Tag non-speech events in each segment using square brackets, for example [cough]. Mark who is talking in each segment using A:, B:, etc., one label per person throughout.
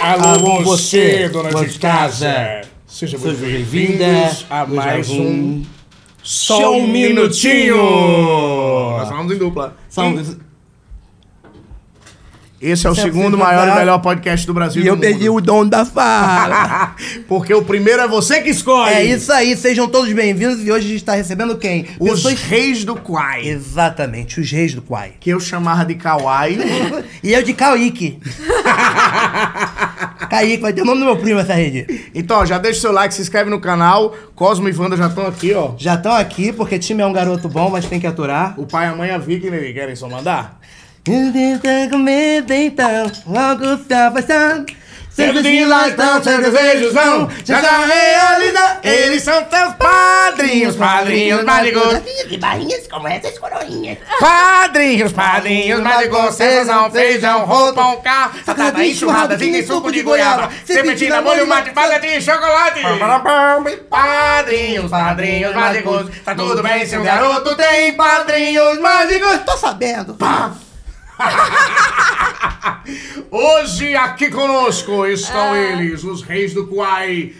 A: Alô,
B: Alô,
A: você,
B: você,
A: dona
B: dona
A: de
B: de
A: casa.
B: casa.
A: Seja
B: Seja
A: muito
B: bem-vinda
A: bem-vindos a mais um Só um Minutinho.
B: Nós falamos em dupla.
A: Hum.
C: São-
B: Um Esse é o
C: Você
B: segundo
C: precisa
B: maior e
C: falar.
B: melhor podcast do Brasil.
C: E
B: e
C: eu
B: do
C: perdi
B: mundo.
C: o dom da fala.
B: [laughs] Porque o primeiro é você que escolhe.
C: É isso aí, sejam todos bem-vindos e hoje a gente está recebendo quem?
B: Os
C: Pessoas-
B: reis do Quai.
C: Exatamente, os reis do Quai. [laughs]
B: Que eu chamava de Kawaii.
C: E eu de Kaique. [laughs] Kaique, vai ter o nome do meu primo essa rede.
B: então, ó, já deixa o seu like, se inscreve no canal. Cosmo e Wanda já estão aqui, ó.
C: Já estão aqui porque time é um garoto bom, mas tem que aturar.
B: O pai e a mãe e a Vicky, né? Querem só mandar?
C: Eu tento comer, então, logo se afastar. Sempre de lá estão seus desejos, não.
B: tá
C: Já já realiza, eles
B: são teus padrinhos,
C: padrinhos mágicos.
D: E barrinhas como essas coroinhas.
B: Padrinhos, padrinhos, mas de concessão, feijão, roupão, carro,
C: Sacada,
B: sacada, tá enxurrada, vinho e suco de goiaba, serpentina, molho, mate, palha de chocolate. Padrinhos, padrinhos mágicos, tá tudo bem se um garoto tem padrinhos mágicos.
C: Tô sabendo.
B: Hoje aqui conosco estão
C: Ah.
B: eles, os reis do Kuai.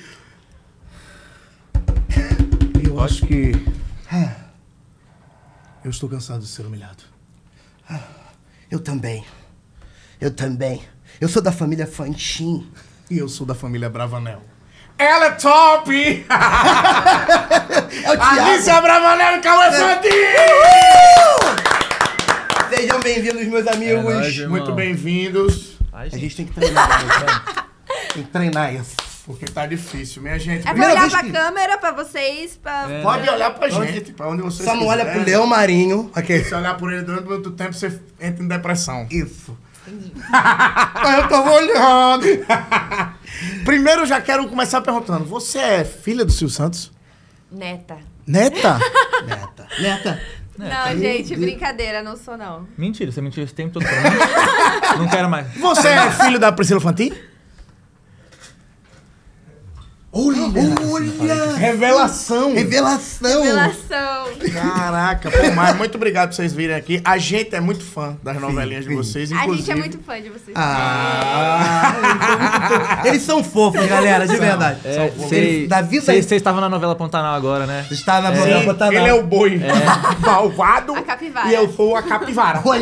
B: Eu acho que... ah, Eu estou cansado de ser humilhado.
C: Eu também. Eu também. Eu sou da família Fantin.
B: E eu sou da família Bravanel. Ela é top! [laughs]
C: É o Thiago. É.
B: Alicia Bravanel e Cauê Santinho!
C: Uh! Sejam bem-vindos, meus
E: É nóis,
C: amigos.
E: irmão.
B: Muito bem-vindos,
E: Ai,
C: A
E: gente.
C: gente tem que treinar. né, cara? tem que treinar isso.
B: porque tá difícil, minha gente.
D: É pra
C: Primeira
D: olhar
C: vez
D: pra
C: que-
D: câmera, pra vocês, pra...
E: É.
B: Pode olhar pra gente, pra onde você
C: Só não olha é pro Leão Marinho. Aqui.
B: Se olhar por ele durante muito tempo, você entra em depressão.
C: Isso.
B: Mas eu tô olhando! [laughs] Primeiro, eu já quero começar perguntando, você é filha do Silvio Santos?
D: Neta.
B: Neta?
C: Neta. Neta.
D: Não, gente, brincadeira, não sou não.
E: Mentira, você mentiu esse tempo todo pra mim. Não quero mais.
B: Você é filho da Priscila Fantin?
C: Olha!
B: Revelação!
C: Revelação!
D: Relação.
B: Caraca, pô, mas muito obrigado por vocês virem aqui. A gente é muito fã das novelinhas de vocês,
D: A
B: inclusive.
D: gente é muito fã de vocês.
C: Ah, eles são fofos, galera, de verdade.
E: É,
C: Eles- da vida
E: Vocês estavam na novela Pantanal agora, né?
C: está na
B: Sim,
C: novela Pantanal.
B: ele é o boi [laughs] malvado
D: A capivara.
B: e eu sou a capivara. [laughs]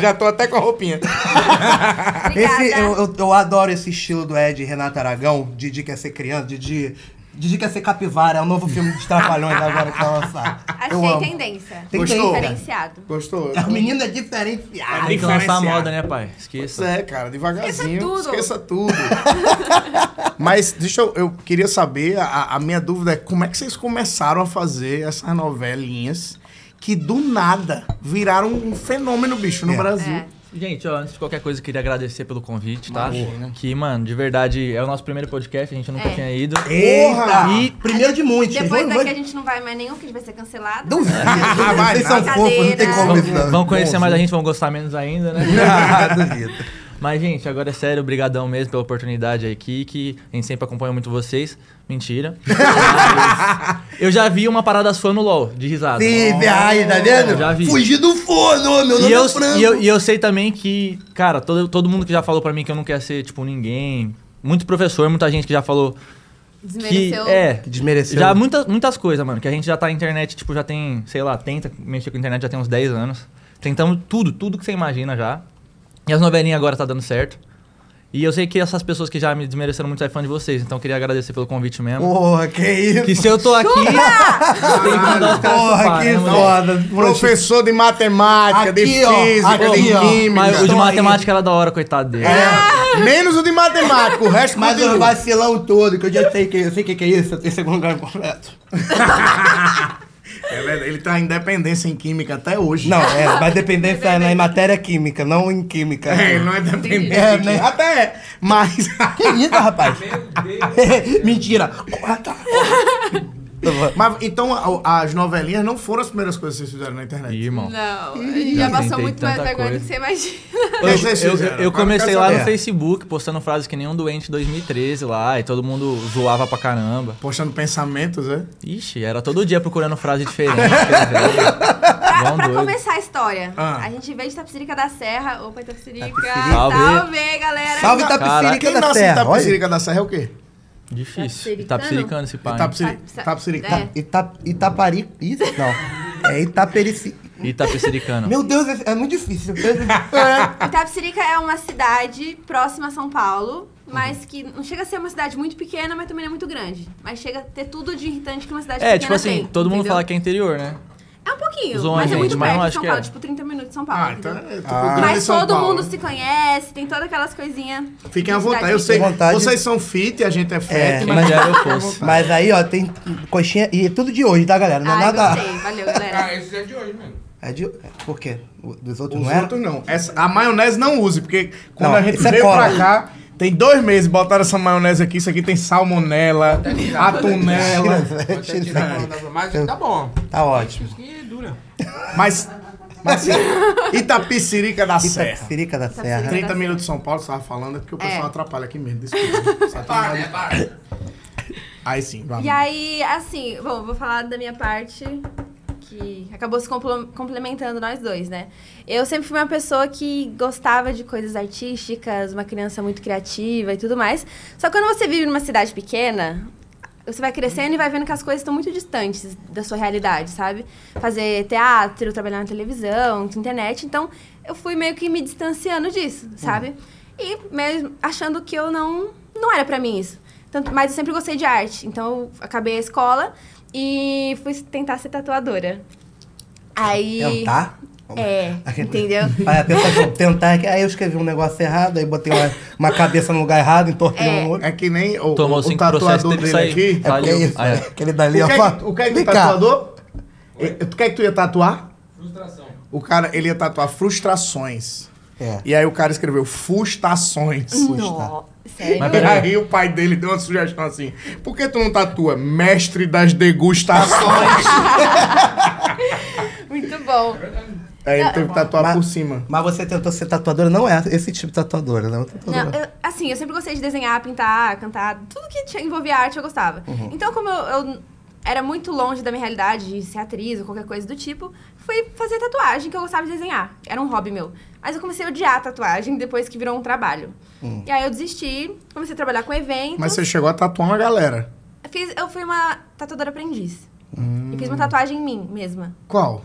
B: Já tô até com a roupinha.
D: Obrigada.
C: Esse, eu, eu, eu adoro esse estilo do Ed e Renato Aragão. Didi quer ser criança, Didi. Didi quer ser capivara, é o novo filme dos Trapalhões agora que vai lançar. eu
D: Achei
C: amo.
D: tendência.
C: Tem
B: Gostou?
C: tendência.
D: Diferenciado.
B: Gostou?
C: A menina é diferenciada.
B: É
E: Tem que lançar a
B: diferenciado.
E: moda, né, pai? Esqueça.
B: É, cara, devagarzinho. Esqueça
D: Esqueça
B: tudo. [laughs] Mas deixa eu. Eu queria saber, a, a minha dúvida é como é que vocês começaram a fazer essas novelinhas que do nada viraram um fenômeno, bicho, no
C: É.
B: Brasil.
D: É.
E: Gente, ó, antes de qualquer coisa, eu queria agradecer pelo convite, tá?
B: Imagina.
E: Que, mano, de verdade, é o nosso primeiro podcast, a gente nunca
D: É.
E: tinha ido.
C: Eita!
E: E-
C: primeiro de muitos.
D: Depois
C: Vou-
D: daqui
C: vou-
D: a gente não vai mais nenhum, porque a gente vai ser cancelado.
C: Duvido.
B: vai,
C: Vocês são
B: nada.
C: fofos, não tem como
E: Vão,
C: isso. não.
E: vão conhecer mais a gente, vão gostar menos ainda, né?
C: [laughs]
E: [laughs]
C: Ah, Duvido.
E: Mas, gente, agora é sério, obrigadão mesmo pela oportunidade aqui, que a gente sempre acompanha muito vocês. Mentira. Mas eu já vi uma parada sua no LOL, de risada.
C: Sim, ai, tá vendo?
E: Já vi.
C: Fugi do forno, meu nome
E: E eu,
C: é Franco.
E: e, eu, e eu sei também que, cara, todo, todo mundo que já falou pra mim que eu não quero ser, tipo, ninguém. Muito professor, muita gente que já falou que.
D: Desmereceu.
E: É.
C: Que desmereceu.
E: Já muita, muitas coisas, mano. Que a gente já tá na internet, tipo, já tem, sei lá, tenta mexer com a internet já tem uns 10 anos. Tentamos tudo, tudo que você imagina já. E as novelinhas agora tá dando certo. E eu sei que essas pessoas que já me desmereceram muito é fã de vocês, então eu queria agradecer pelo convite mesmo.
C: Porra, que isso?
E: Que se eu tô aqui. [laughs] tem que mandar os caras
C: Porra,
E: chupar,
C: que
E: né, mano?
C: foda.
B: É. Professor de matemática, de
C: Aqui, ó,
B: física, de
C: aqui, ó.
B: química.
E: Mas o de
C: Estão aí.
E: matemática era da hora, coitado dele.
D: Ah!
B: É, menos o de matemática, o resto
C: Mas o
B: continua.
C: vacilão todo, que eu já sei que eu sei que, que é isso, eu tenho segundo lugar completo.
B: É verdade, Ele tá em dependência em química até hoje.
C: Não, é, mas dependência é na em matéria química, não em química.
B: É, ele não é dependente.
C: É,
B: de
C: né?
B: química. Até é. Mas. [laughs]
F: [laughs]
C: Que isso, rapaz? Mentira. Corta.
B: Mas então a- as novelinhas não foram as primeiras coisas que vocês fizeram na internet.
E: Ih, irmão.
D: Não, a gente já
E: Já
D: passou
E: tentei
D: muito mais
E: tanta
D: vergonha do
E: coisa.
D: que você imagina.
B: O que vocês
E: Eu,
B: fizeram?
E: eu
B: Agora
E: comecei
B: quero
E: lá no
B: saber.
E: Facebook, postando frases que nenhum doente 2013 lá, e todo mundo zoava pra caramba.
B: Postando pensamentos, é?
E: Ixi, era todo dia procurando frase [laughs] diferente. escrevendo.
D: Pra,
E: Igual um
D: pra
E: doido.
D: começar a história,
B: Ah.
D: a gente veio de Tapsirica da Serra. Opa, Tapsirica.
E: Tapsirica.
D: Salve.
E: Salve,
D: galera.
F: Salve
D: Não,
E: Caraca.
F: Tapicirica
B: Quem
F: da
B: nasce em
F: Serra. olha.
B: Tapicirica da Serra é o quê?
E: Difícil.
D: Tapsiricano?
E: E tá psiricando esse pai. né?
B: Itapsiri-
D: Sa- sa-
B: Tapsirica.
D: é.
F: Ita, Itapari... Isso? Não. É Itaperici...
E: E tá psiricano.
F: Meu Deus, é, é muito difícil.
D: Itapsirica é uma cidade próxima a São Paulo,
E: Uhum.
D: mas que não chega a ser uma cidade muito pequena, mas também não é muito grande. Mas chega a ter tudo de irritante que uma cidade pequena
E: É, tipo assim,
D: tem,
E: todo mundo
D: entendeu?
E: fala que é interior, né?
D: É um pouquinho,
E: Zoa a
D: mas é
E: gente,
D: muito
E: mas eu
D: perto de
E: acho
D: São
E: que
D: Paulo,
E: é.
D: tipo 30 minutos de São Paulo.
B: Ah,
D: entendeu?
B: então. é tipo
F: Ah.
B: grande
D: Mas
B: São
D: todo
B: Paulo.
D: mundo se conhece, tem todas aquelas coisinhas.
B: Fiquem à
D: de
B: vontade.
D: cidade
B: Eu sei.
D: pequena.
F: Vontade.
B: Vocês são fit, a gente é fat,
F: É,
B: mas.
E: Mas era eu fosse.
F: Mas aí, ó, tem coxinha... E é tudo de hoje, tá, galera? Não é
D: Ai,
F: nada...
D: Ah, gostei.
B: [laughs]
D: Valeu, galera.
G: Ah, esse é de hoje mesmo.
C: [laughs]
F: É de... Por quê? O- Dos outros
B: Os
F: não era?
B: outros não. Essa- a maionese não use, porque quando
F: Não,
B: a gente
F: isso é
B: veio
F: cola.
B: pra cá, tem dois meses botaram essa maionese aqui. Isso aqui tem salmonela, atunela.
G: Vou até tirar a mão da- Mas tá bom.
F: [laughs] Tá ótimo.
G: Isso aqui dura.
B: Mas,
D: [laughs]
B: mas assim, Itapicirica da Serra.
F: Itapicirica
D: Tá
F: da Serra.
B: 30 minutos de São Paulo, você tava falando, é porque o pessoal atrapalha aqui mesmo. Desculpa. Só tem-
G: Para, né? Para.
B: Aí sim, vai.
D: E aí, assim, bom, vou falar da minha parte, que acabou se complo- complementando nós dois, né? Eu sempre fui uma pessoa que gostava de coisas artísticas, uma criança muito criativa e tudo mais. Só que quando você vive numa cidade pequena, você vai crescendo e vai vendo que as coisas estão muito distantes da sua realidade, sabe? Fazer teatro, trabalhar na televisão, internet. Então, eu fui meio que me distanciando disso, sabe? E mesmo achando que eu não não era pra mim isso. Tanto- mas eu sempre gostei de arte. Então, eu acabei a escola e fui tentar ser tatuadora. Aí...
C: um tá?
F: Tentar?
D: É, entendeu?
F: tá? [laughs] Aí a pessoa falou, tentar, que- aí eu escrevi um negócio errado, aí botei uma, uma cabeça no lugar errado, entortei
D: É.
F: um olho.
B: É que nem o,
E: Tomou
B: o
E: cinco processos,
B: tatuador
E: teve que
B: dele
E: sair.
B: aqui.
F: É porque é
E: Valeu.
F: isso,
E: Ah, é.
F: né? Aquele dali,
B: O
F: ó.
B: que, é que,
F: fala,
B: o que é que
F: "Vem
B: tu
F: cá."
B: tatuador? E- O que é que tu ia tatuar?
G: Frustração.
B: O cara, ele ia tatuar frustrações.
F: É.
B: E aí o cara escreveu frustrações. tá?
D: Nossa, sério?
E: Mas
B: E aí o pai dele deu uma sugestão assim: por que tu não tatua? Mestre das degustações.
D: [laughs] Muito bom.
B: aí ele teve que tatuar
F: Mas-
B: por cima.
F: Mas você tentou ser tatuadora, não é esse tipo de tatuadora, não.
D: Não,
F: Tatuadora.
D: eu- assim, eu sempre gostei de desenhar, pintar, cantar, tudo que tinha- envolvia arte eu gostava.
B: Uhum.
D: Então, como eu, eu era muito longe da minha realidade de ser atriz ou qualquer coisa do tipo, fui fazer tatuagem que eu gostava de desenhar. Era um hobby meu. Mas eu comecei a odiar a tatuagem depois que virou um trabalho. E aí eu desisti, comecei a trabalhar com eventos.
B: Hum. Mas você chegou a tatuar uma galera.
D: Eu fiz- eu fui uma tatuadora aprendiz. E
B: Hum.
D: fiz uma tatuagem em mim mesma.
B: Qual?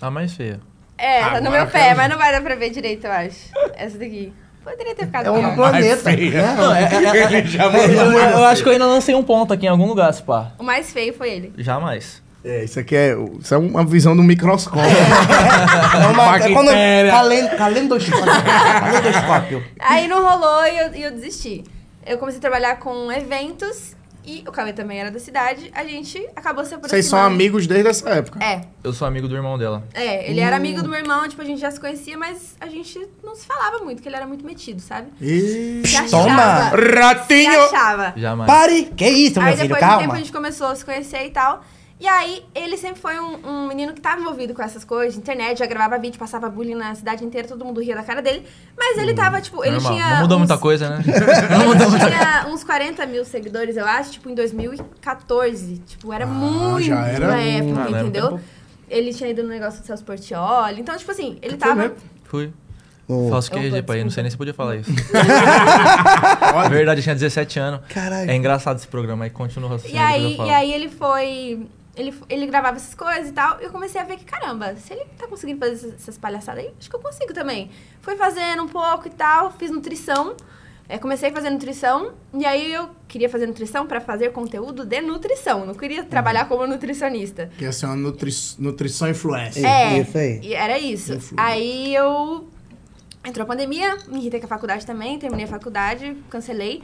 E: Tá mais feio.
D: É, tá no meu
B: Agora
D: pé, mas não vai dar pra ver direito, eu acho. Essa daqui. Poderia ter ficado
F: É um
D: pior.
F: planeta.
B: feia.
F: né?
B: [laughs] Ele
C: É,
B: já
E: Eu,
B: mandou
E: eu-
B: mais
E: eu
B: assim.
E: acho que eu ainda lancei um ponto aqui em algum lugar, se pá.
D: O mais feio foi ele.
E: Jamais.
B: É, isso aqui é, isso é uma visão do microscópio.
F: É uma- é quando-
B: Bactéria.
F: calen- Calendoscópio. Calendoscópio.
D: Aí não rolou e eu, e eu desisti. Eu comecei a trabalhar com eventos e o Cauê também era da cidade. A gente acabou se aproximando.
B: Vocês são amigos desde essa época.
D: É,
E: Eu sou amigo do irmão dela.
D: é. Ele era
B: Hum.
D: amigo do meu irmão, tipo, a gente já se conhecia, mas a gente não se falava muito, que ele era muito metido, sabe?
B: Ih.
D: Se achava.
F: Toma!
D: Se
B: Ratinho!
D: achava.
E: Jamais.
F: Pare! Que isso, meu
D: Aí
F: filho,
D: depois de um tempo a
F: calma.
D: gente começou a se conhecer e tal. E aí, ele sempre foi um, um menino que tava envolvido com essas coisas, de internet, já gravava vídeo, passava bullying na cidade inteira, todo mundo ria da cara dele. Mas
B: Hum,
D: ele tava, tipo, ele
E: Normal.
D: tinha.
E: Não mudou muita
D: uns-
E: coisa, né? [laughs]
D: Ele tinha uns 40 mil seguidores, eu acho, tipo, em 2014. Tipo, era muito
B: já era
D: na
E: Ah, era
D: época,
E: um
D: entendeu?
E: tempo.
D: Ele tinha ido no negócio do Celso Portioli. Então, tipo assim, ele tava...
E: Fui.
F: Oh.
E: Falso é
D: Opa,
E: QRG, pai. Eu não sei nem se eu podia falar isso. Na verdade, eu tinha 17 anos.
F: Caralho.
E: É engraçado esse programa aí. Continua o raciocínio,
D: E aí,
E: depois eu
D: e aí ele foi... Ele, ele gravava essas coisas e tal. E eu comecei a ver que, caramba, se ele tá conseguindo fazer essas- essas palhaçadas aí, acho que eu consigo também. Fui fazendo um pouco e tal, fiz nutrição. É, comecei a fazer nutrição. E aí eu queria fazer nutrição pra fazer conteúdo de nutrição. Não queria trabalhar como nutricionista.
B: Que ia ser uma nutri nutrição influencer.
D: É,
F: Isso aí.
D: e era isso. Aí eu. Entrou a pandemia, me irritei com a faculdade também, terminei a faculdade, cancelei.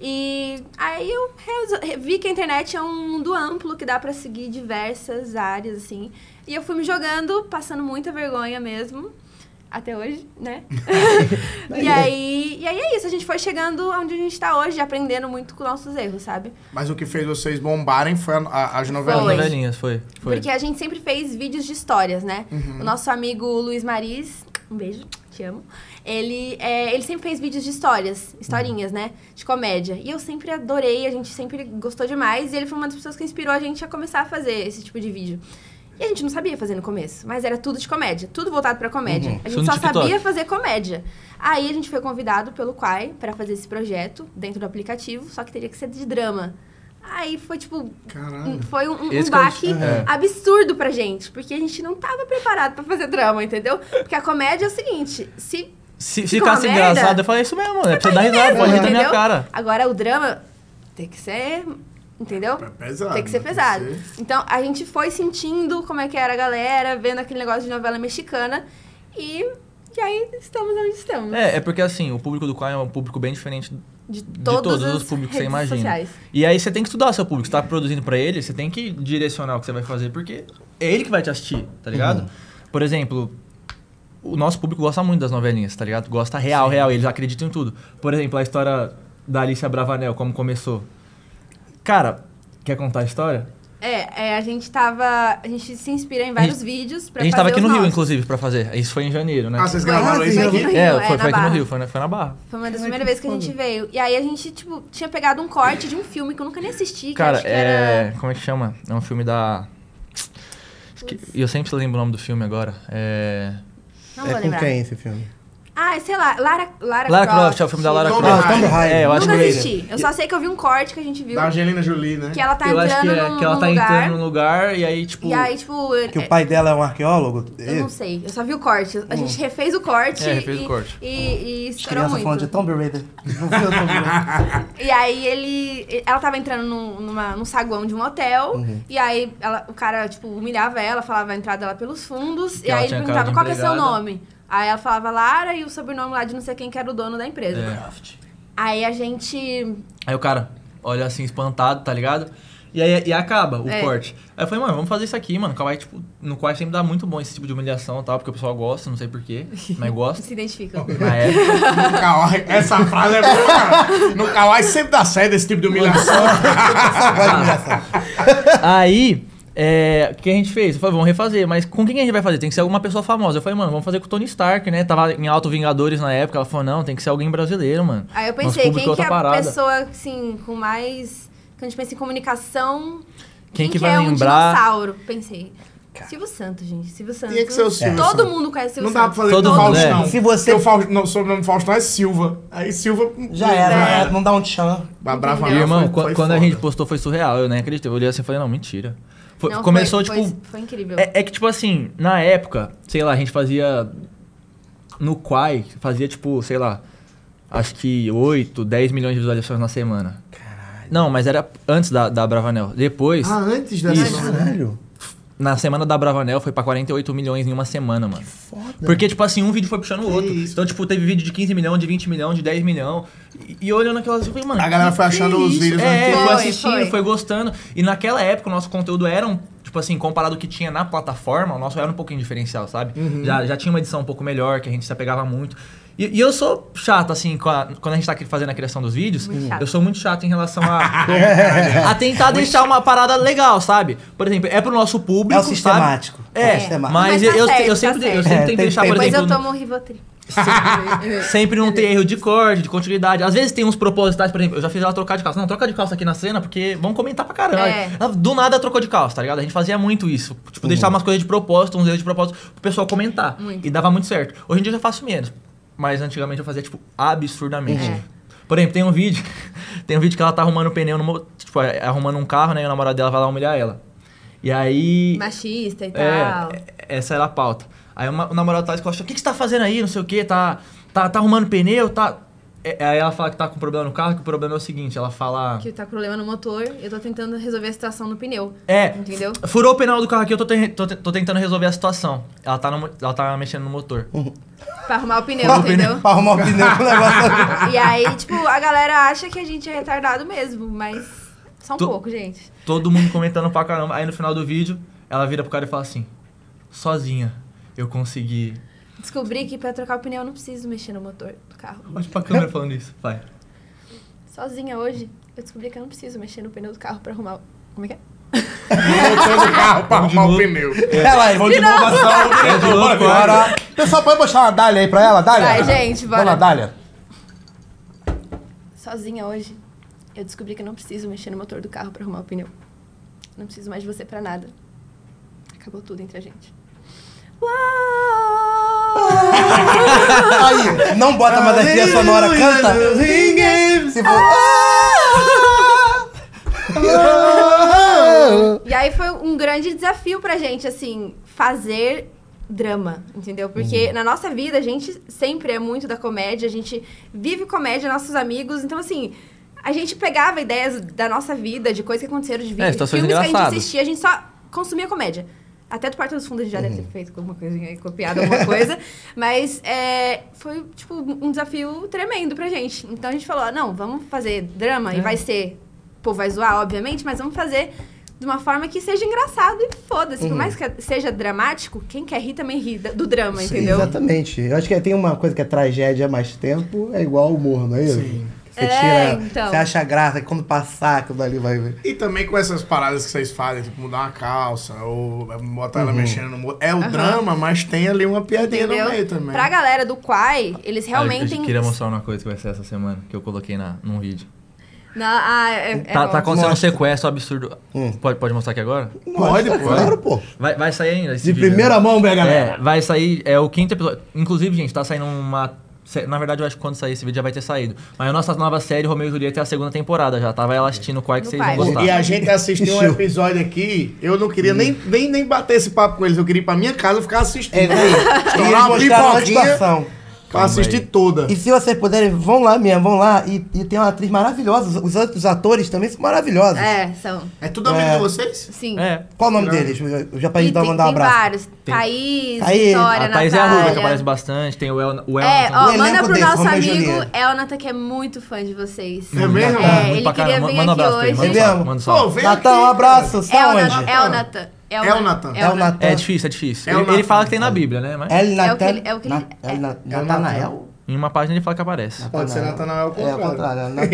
D: E aí eu resol- vi que a internet é um mundo amplo que dá pra seguir diversas áreas, assim. E eu fui me jogando, passando muita vergonha mesmo. Até hoje,
F: [laughs]
D: né? [laughs] e, aí, e aí é isso, a gente foi chegando onde a gente tá hoje, aprendendo muito com nossos erros, sabe?
B: Mas o que fez vocês bombarem foi a- a- as
E: As
D: Foi.
B: novelinhas.
E: novelinhas, foi. foi. Uhum.
D: Porque a gente sempre fez vídeos de histórias, né? O nosso amigo Luiz Mariz, um beijo, te amo. Ele, é, ele sempre fez vídeos de histórias, historinhas, né? De comédia. E eu sempre adorei, a gente sempre gostou demais. E ele foi uma das pessoas que inspirou a gente a começar a fazer esse tipo de vídeo. E a gente não sabia fazer no começo, mas era tudo de comédia, tudo voltado pra comédia. A
E: Só
D: gente
E: Uhum. no
D: só
E: TikTok.
D: sabia fazer comédia. Aí a gente foi convidado pelo Quai pra fazer esse projeto dentro do aplicativo, só que teria que ser de drama. Aí foi tipo,
B: Caralho.
D: foi um, um
E: Esse que é o-
D: baque
E: é.
D: absurdo pra gente, porque a gente não tava preparado pra fazer drama, entendeu? Porque a comédia é o seguinte, se
E: Se
D: Ficou
E: ficasse
D: uma merda?
E: engraçado, eu falei isso mesmo, né? Precisa dar risada,
D: mesmo,
E: pode rir na minha
D: entendeu?
E: cara.
D: Agora o drama tem que ser, entendeu?
B: É pesado,
D: Tem que ser
B: né?
D: pesado.
B: Tem que
D: Então a gente foi sentindo como é que era a galera, vendo aquele negócio de novela mexicana e, e aí estamos onde estamos.
E: É, é porque assim, o público do Quai é um público bem diferente de
D: De todos,
E: todos
D: as
E: os públicos que você
D: redes
E: imagina.
D: sociais.
E: E aí você tem que estudar o seu público. Você tá produzindo pra ele, você tem que direcionar o que você vai fazer, porque é ele que vai te assistir, tá ligado?
D: Uhum.
E: Por exemplo, o nosso público gosta muito das novelinhas, tá ligado? Gosta real, real. Eles acreditam em tudo. Por exemplo, a história da Alicia Bravanel, como começou. Cara, quer contar a história?
D: É, é, a gente tava. A gente se inspira em vários vídeos pra
E: a gente
D: fazer
E: tava aqui
D: os
E: no Rio,
D: nossos.
E: inclusive, pra fazer. Isso foi em janeiro, né?
B: Ah, vocês
D: Foi
B: gravaram
D: aqui
B: isso
D: no
B: aqui?
D: Rio,
E: é, foi,
D: na
E: foi aqui no
D: Barra.
E: Rio, foi na, foi na Barra.
D: Foi uma das primeiras vezes que a gente veio. E aí a gente, tipo, tinha pegado um corte de um filme que eu nunca nem assisti, que
E: Cara,
D: acho que
E: é.
D: era.
E: Como é que chama? É um filme da. Esque- E eu sempre lembro o nome do filme agora. É.
D: Não
F: é
D: vou
F: com
D: lembrar.
F: quem esse filme?
D: Ah, sei lá, Lara, Lara,
E: Lara Croft, é o filme da Lara
B: Tomb
E: Croft.
B: Raider.
F: Tomb Raider.
E: É, eu acho
D: Nunca
E: que é ele.
D: assisti. Eu só sei que eu vi um corte que a gente viu.
B: Da Angelina Jolie, né?
D: Que ela tá
E: eu
D: entrando
E: acho que é,
D: num,
E: que ela
D: num
E: tá
D: lugar.
E: entrando num lugar e aí, tipo.
D: E aí, tipo.
F: Que
D: é-
F: o pai dela é um arqueólogo?
D: Eu não sei, eu só vi o corte. A gente refez o corte.
E: É, refez
D: e,
E: o corte.
D: E, e estourou
F: Criança falando de
D: muito.
F: Tomb
D: [laughs]
F: Raider. Não viu Tomb Raider.
D: E aí ele. Ela tava entrando num, numa, num saguão de um hotel.
E: Uhum.
D: E aí ela- o cara, tipo, humilhava ela, falava a entrada dela pelos fundos.
E: Que
D: e
E: ela
D: aí ele
E: tinha cara
D: perguntava
E: de
D: qual que é seu
E: empregada."
D: nome. Aí ela falava Lara e o sobrenome lá de não sei quem que era o dono da empresa.
E: É.
D: Aí a gente.
E: Aí o cara olha assim, espantado, tá ligado? E aí e acaba o
D: É.
E: corte. Aí eu falei, mano, vamos fazer isso aqui, mano. Kawaii, tipo, no Kawaii sempre dá muito bom esse tipo de humilhação e tal, porque o pessoal gosta, não sei porquê, mas gosta.
D: [laughs]
E: é. [laughs]
D: se identificam.
E: Na época.
B: No kawaii, essa frase é boa, cara. No Kawaii sempre dá certo esse tipo de humilhação.
E: Ah. [laughs] Aí, é, o que a gente fez? Eu falei, vamos refazer, mas com quem a gente vai fazer? Tem que ser alguma pessoa famosa. Eu falei, mano, vamos fazer com o Tony Stark, né? Tava em Alto Vingadores na época. Ela falou, não, tem que ser alguém brasileiro, mano.
D: Aí eu
E: Nosso
D: pensei,
E: público
D: quem que é
E: outra
D: a
E: parada.
D: pessoa, assim, com mais. Quando a gente pensa em comunicação.
E: Quem que
D: é
E: vai lembrar?
D: um dinossauro? Pensei. Silvio Santos, gente. Silvio Santos.
B: Tinha que ser o Silvio
D: Todo
B: Santos.
D: mundo conhece o Silvio
B: [laughs] Não dá pra
D: Santos.
B: fazer
E: Todo
B: com o
E: mundo,
B: Faustão.
E: é.
F: Se você-
B: Porque o Faust- não, o sobrenome do Faustão é Silva. Aí Silva...
F: Já era, né? não dá um tchan.
B: A Brava
E: E,
B: Mel
E: irmão,
B: foi-
E: quan-
B: foi
E: quando a
B: foda.
E: gente postou foi surreal, eu nem acreditei. Eu olhei assim e falei, não, mentira. Foi-
D: Não,
E: começou,
D: foi-
E: tipo.
D: Foi, foi incrível.
E: É, é que, tipo assim, na época, sei lá, a gente fazia. No Quai, fazia, tipo, sei lá. Acho que 8, 10 milhões de visualizações na semana. Caralho. Não, mas era antes da, da Bravanel. Depois,
B: Ah, antes dessa...
E: Isso.
F: Caralho.
E: na semana da Bravanel, foi pra 48 milhões em uma semana, mano. Porque, tipo assim, um vídeo foi puxando o outro. Então, tipo, teve vídeo de 15 milhões, de 20 milhões, de 10 milhões. E, e olhando aquelas, eu falei, mano.
B: A galera
E: que
B: foi
E: que
B: achando
E: é
B: os
E: isso?
B: vídeos né?
E: É,
D: antigos.
E: foi
D: Foi,
E: assistindo, foi.
D: foi.
E: gostando. E naquela época, o nosso conteúdo era um. Tipo assim, comparado ao que tinha na plataforma, o nosso era um pouquinho diferencial, sabe?
B: Uhum.
E: Já, já tinha uma edição um pouco melhor, que a gente se apegava muito. E, e eu sou chato, assim, com a- quando a gente tá aqui fazendo a criação dos vídeos,
D: Muito chato.
E: eu sou muito chato em relação
B: [laughs]
E: a, a tentar deixar uma parada legal, sabe? Por exemplo, é pro nosso público.
F: É o
E: sabe?
F: sistemático.
E: É,
F: É o sistemático.
E: mas
D: Mas
E: eu,
D: tá
E: eu,
D: certo,
E: eu
D: tá
E: sempre, eu
D: certo.
E: sempre
F: É,
E: tenho que
F: tem-
E: deixar, por
F: tem-
D: Depois
E: exemplo,
D: eu tomo um Rivotril.
E: [laughs] sempre não ter erro de corte, de continuidade. Às vezes tem uns propositais, por exemplo, eu já fiz ela trocar de calça. Não, troca de calça aqui na cena, porque vão comentar pra caralho.
D: É. Uhum.
E: Ela Do nada trocou de calça, tá ligado? A gente fazia muito isso. Tipo, deixar umas coisas de propósito, uns erros de propósito, pro pessoal comentar.
D: Muito.
E: E dava muito certo. Hoje em dia eu já faço menos. Mas antigamente eu fazia, tipo, absurdamente.
D: É.
E: Por exemplo, tem um vídeo. [laughs] Tem um vídeo que ela tá arrumando um pneu no mo- Tipo, arrumando um carro, né? E o namorado dela vai lá humilhar ela. E aí.
D: Machista e tal.
E: É, essa era a pauta. Aí uma- o namorado tá escolhendo, o que, que você tá fazendo aí? Não sei o que, tá, tá, tá arrumando pneu, tá. É, aí ela fala que tá com problema no carro, que o problema é o seguinte, ela fala.
D: Que tá com problema no motor. Eu tô tentando resolver a situação no pneu.
E: É,
D: Entendeu?
E: furou o pneu do carro aqui, eu tô, ten- tô, te- tô tentando resolver a situação. Ela tá, no mo- ela tá mexendo no motor.
C: Hum.
D: Pra arrumar o pneu,
F: Pra-
D: entendeu?
F: Pra arrumar o pneu com o
D: [laughs]
F: negócio.
D: E aí, tipo, a galera acha que a gente é retardado mesmo, mas só um
E: Tu-
D: pouco, gente.
E: Todo mundo comentando pra caramba. Aí no final do vídeo, ela vira pro cara e fala assim: Sozinha, eu consegui
D: Descobri que pra trocar o pneu eu não preciso mexer no motor do carro.
E: Olha pra câmera falando isso. Vai.
D: Sozinha hoje, eu descobri que eu não preciso mexer no pneu do carro pra arrumar. o- Como é que é?
B: Motor do carro pra arrumar o pneu.
C: Ela, vão de novo,
E: É de novo,
C: agora. Pessoal, pode mostrar uma Dália aí pra ela, Dália?
D: Vai, gente, bora.
C: Dona Dália.
D: Sozinha hoje, eu descobri que eu não preciso mexer no motor do carro pra arrumar o pneu. Não preciso mais de você pra nada. Acabou tudo entre a gente.
E: [laughs]
D: Uau!
C: Aí, não bota mais a trilha sonora, canta. Se for...
D: E aí foi um grande desafio pra gente, assim, fazer drama, entendeu?
E: Uhum.
D: Porque na nossa vida a gente sempre é muito da comédia, a gente vive comédia, nossos amigos, então assim. A gente pegava ideias da nossa vida, de coisas que aconteceram, de vídeos,
E: É, situações
D: filmes que a gente
E: engraçadas.
D: assistia, a gente só consumia comédia. Até do Porta dos Fundos a gente já deve ter feito alguma coisinha, aí, copiado alguma coisa. Mas é, foi, tipo, um desafio tremendo pra gente. Então a gente falou, não, vamos fazer drama e vai ser... O povo vai zoar, obviamente, mas vamos fazer de uma forma que seja engraçado e foda-se. Por mais que seja dramático, quem quer rir também ri da- do drama, entendeu?
C: Exatamente. Eu acho que tem uma coisa que é tragédia há mais tempo, é igual humor, não é isso? Sim. Você
D: É,
C: tira,
D: então.
C: você acha graça, que quando passar, aquilo dali vai ver.
B: E também com essas paradas que vocês fazem, tipo mudar uma calça, ou botar
C: Uhum.
B: ela mexendo no motor. É o drama, mas tem ali uma piadinha
D: Entendeu?
B: no meio também.
D: Pra galera do Quai, eles realmente.
E: Eu queria mostrar uma coisa que vai ser essa semana, que eu coloquei na, num vídeo.
D: Na- ah, é- é
E: tá,
D: bom.
E: tá acontecendo um
C: Mostra.
E: sequestro absurdo.
B: Hum.
E: Pode, pode mostrar aqui agora?
B: Pode, pode.
C: Claro, pô.
E: Vai, vai sair ainda. Esse
C: De
E: vídeo, né?
C: primeira mão, minha galera.
E: É, vai sair. É o quinto episódio. Inclusive, gente, tá saindo uma. sé- Na verdade, eu acho que quando sair esse vídeo já vai ter saído. Mas a nossa nova série, Romeu e Julieta, é a segunda temporada já. Tava ela assistindo o quarto que vocês
D: No pai.
E: vão gostar.
B: E a gente assistiu um
C: Show.
B: episódio aqui, eu não queria nem, nem, nem bater esse papo com eles, eu queria ir pra minha casa ficar
C: É,
B: assistindo.
C: daí. E eles
B: Estourar uma
C: mostraram a
B: pipoquinha
C: situação.
B: pra assistir toda.
C: E se vocês puderem, vão lá mesmo, vão lá. E, e tem uma atriz maravilhosa. Os outros atores também são maravilhosos.
D: É, são.
B: É tudo amigo
C: É.
B: de vocês?
D: Sim.
E: É.
C: Qual o nome deles? Eu já pra
D: E
C: gente dar
D: tem,
C: mandar um
D: tem
C: abraço. Tá
D: vários. Thaís,
C: Thaís,
D: Vitória,
E: A Thaís é a
D: Natália.
E: Ruga, que aparece bastante. Tem o El, o El
D: É, ó,
C: O
D: manda
C: elenco
D: pro
C: desse,
D: nosso
C: Romeu e
D: amigo
C: Julieta.
D: Elnata, que é muito fã de vocês.
B: É mesmo?
D: É, ele
E: pra
D: queria
E: caramba.
D: vir
E: Manda um
D: aqui
E: abraço pra ele, manda
D: hoje.
E: um salve,
C: Entendeu?
E: Manda um
B: Pô,
E: salve.
B: vem
C: Natan, um
B: aqui.
C: abraço. São
D: Elnata,
C: onde? Tá
D: Elnata.
B: Tá Elnatan.
C: Elnatan.
E: É difícil, é difícil.
B: É
E: ele,
B: uma-
E: ele fala que tem na Bíblia, né? Mas
C: El
D: É o que
C: Natan.
D: ele- é o que ele-
C: Na- El Na-
B: é o
C: Natanael?
E: em uma página ele fala que aparece.
B: Pode ser Natanael ao
C: É, ao
B: contrário.
C: contrário, né?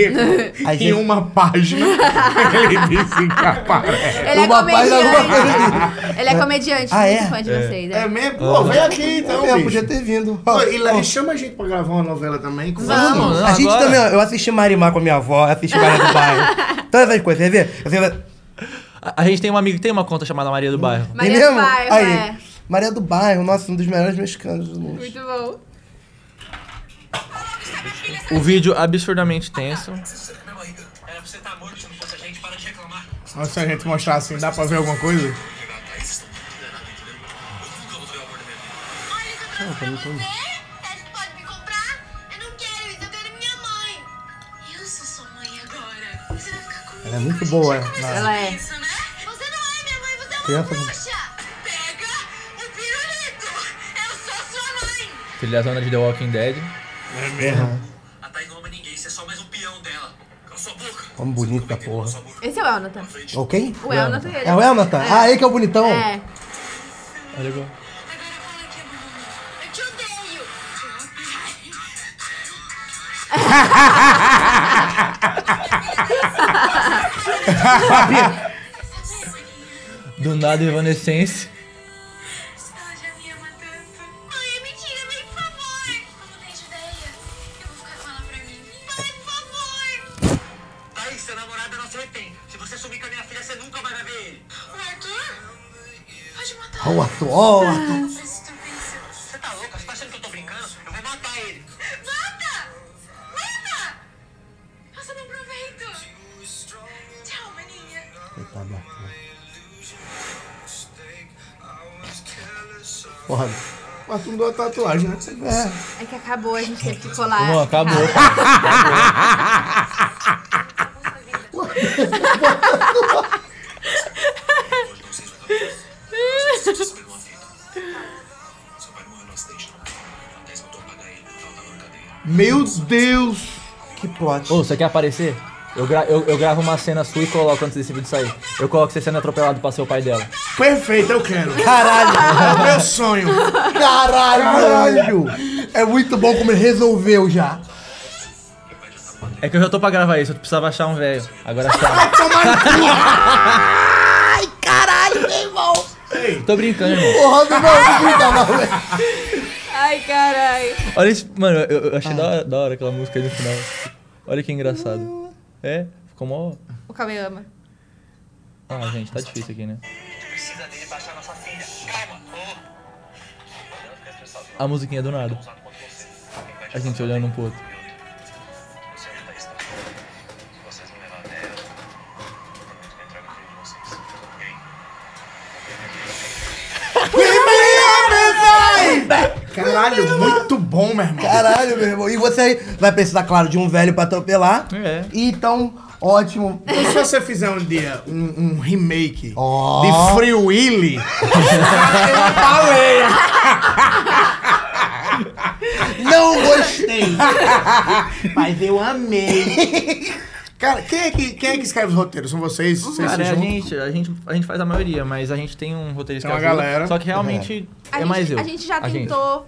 B: [laughs] em
C: Aí gente-
B: uma
C: [laughs]
B: página, ele disse que aparece.
D: Ele é
C: Uma paz, [laughs] alguma
D: comediante. Ele é comediante,
C: Ah, é?
D: muito fã de vocês. é.
B: É mesmo? Pô, vem aqui então,
C: Eu
B: bicho.
C: É podia ter vindo.
B: Pô, e lá- e chama a gente pra gravar uma novela também. com
D: Vamos.
B: vocês.
E: Vamos,
C: a gente
E: agora.
C: também, ó, eu assisti Marimar com a minha avó, assisti Maria do
D: [laughs]
C: Bairro. Todas essas coisas, quer ver? Eu falei,
E: A, a gente tem um amigo que tem uma conta chamada
B: Hum.
E: Maria do Bairro.
D: Maria
C: "É
D: do
C: mesmo?"
D: Bairro,
C: Aí,
D: é.
C: Maria do Bairro, nossa, um dos melhores mexicanos do mundo.
D: Muito bom.
E: O vídeo absurdamente tenso.
B: Mas se a gente mostrar assim, dá pra ver alguma coisa?
H: Você pode me comprar? Eu não quero isso, eu quero minha mãe. Eu sou sua mãe agora. Você vai ficar comigo.
C: Ela é muito boa, é.
D: Ela é.
H: Isso, né? Você não é minha mãe, você é uma
C: Criança-
H: bruxa. Pega o pirulito. Eu sou sua mãe.
E: Trilha zona de The Walking Dead.
B: É mesmo.
I: A Thay não ama ninguém, você é só mais um peão dela. Cala sua boca!
C: Como bonito da porra.
D: Esse é o Elnata.
C: Ok?
D: O Elnata ele.
C: É o Elnathan? Ah, aí que é o bonitão.
D: É.
H: Agora fala que é minha mãe. Eu te odeio.
C: [laughs]
H: é
E: Do nada, Evanescence.
H: Ela já me ama tanto. Mãe, é mentira, mãe, por favor. Como tem judeia, eu vou ficar com ela pra mim. Mãe, por favor.
I: Thaís, seu namorado não se arrepende. Se você sumir com a minha filha, você nunca vai ver ele.
H: O Arthur? Pode matar.
C: Ó, o Arthur, ó, o Arthur.
H: Não preciso pensar.
I: Você tá louca? Você tá achando que eu tô brincando? Eu vou matar ele.
H: Mata! Mata! Nossa, não aproveito. Tchau, maninha.
C: Porra.
B: Mas tu mudou a tatuagem, né?
C: É.
D: É que acabou, a gente teve que colar.
E: Não,
C: [laughs]
E: acabou.
B: Meu Deus!
C: Que plot.
E: Ô, você quer aparecer? Eu, gra- eu- eu gravo uma cena sua e coloco antes desse vídeo sair. Eu coloco você sendo atropelado pra ser o pai dela.
D: [laughs]
B: Perfeito, eu quero.
C: Caralho.
B: É o meu sonho.
C: Caralho! É muito bom como ele resolveu já.
E: É que eu já tô pra gravar isso, eu precisava achar um velho. Agora achar.
C: [laughs] Ai, caralho, meu irmão!
E: tô brincando, irmão.
C: Porra, meu irmão, não brinca mais, velho.
D: Ai, caralho.
E: Olha isso. Mano, eu, eu
C: Ah.
E: achei da, hora, da hora aquela música aí no final. Olha que engraçado. É, ficou mó.
D: O Cauê ama.
E: Ah, gente, tá difícil aqui, né?
I: Precisa dele baixar nossa filha. Calma. Ô.
E: A musiquinha é do nada. A gente olhando um pro outro.
I: Você ajuda isso não. Se vocês não levar até ela, eu prometo que eu entrego a filha de vocês. Ok?
B: Caralho, muito bom, meu irmão.
C: Caralho, meu irmão. E você aí vai precisar, claro, de um velho pra atropelar.
E: É.
C: Então, ótimo.
B: E se você fizer um dia um, um remake
C: Ó.
B: de Free
C: [laughs]
B: Willy?
C: Não gostei.
B: Mas eu amei. Cara, quem é que, quem é que escreve os roteiros? São vocês? Vocês se
E: Cara, é, a
B: juntam?
E: gente, a, gente, a gente faz a maioria, mas a gente tem um roteirista
B: Tem uma
E: que ajuda,
B: galera.
E: Só que realmente
D: A
E: é
D: gente,
E: mais eu.
D: A gente já
E: gente.
D: tentou.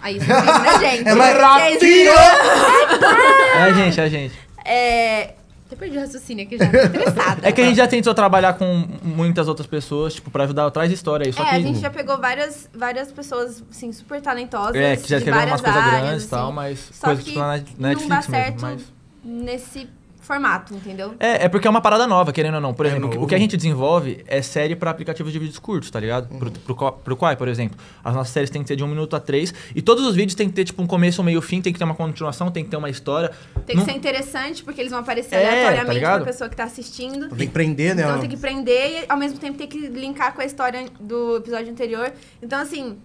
D: Aí isso
E: [laughs]
D: não né, gente?
C: É mais
D: Vocês
C: ratinho.
E: É a gente, é a gente.
D: viram? É. Até perdi o raciocínio aqui já, tô estressada.
E: [laughs] É que a gente já tentou trabalhar com muitas outras pessoas, tipo, pra ajudar, traz história aí. Só
D: É,
E: que, um.
D: a gente já pegou várias, várias pessoas, assim, super talentosas.
E: É, que já
D: de
E: escreveram
D: várias
E: umas coisas
D: áreas,
E: grandes e tal,
D: assim.
E: mas
D: Só
E: coisas
D: que
E: tipo na- na
D: não
E: Netflix
D: dá
E: mesmo,
D: certo
E: mas-
D: nesse formato, entendeu?
E: É, é porque é uma parada nova, querendo ou não. Por exemplo, o que-
B: É
E: o
B: novo.
E: que a gente desenvolve é série pra aplicativos de vídeos curtos, tá ligado? Pro, pro, co- pro Quai, por exemplo. As nossas séries têm que ser de um minuto a três. E todos os vídeos têm que ter, tipo, um começo, um meio, fim. Tem que ter uma continuação, tem que ter uma história.
D: Tem que
E: Não-
D: ser interessante, porque eles vão aparecer
E: É, tá
D: aleatoriamente
E: ligado?
D: pra pessoa que tá assistindo.
C: Tem que prender, né?
D: Então tem que prender e ao mesmo tempo tem que linkar com a história do episódio anterior. Então, assim,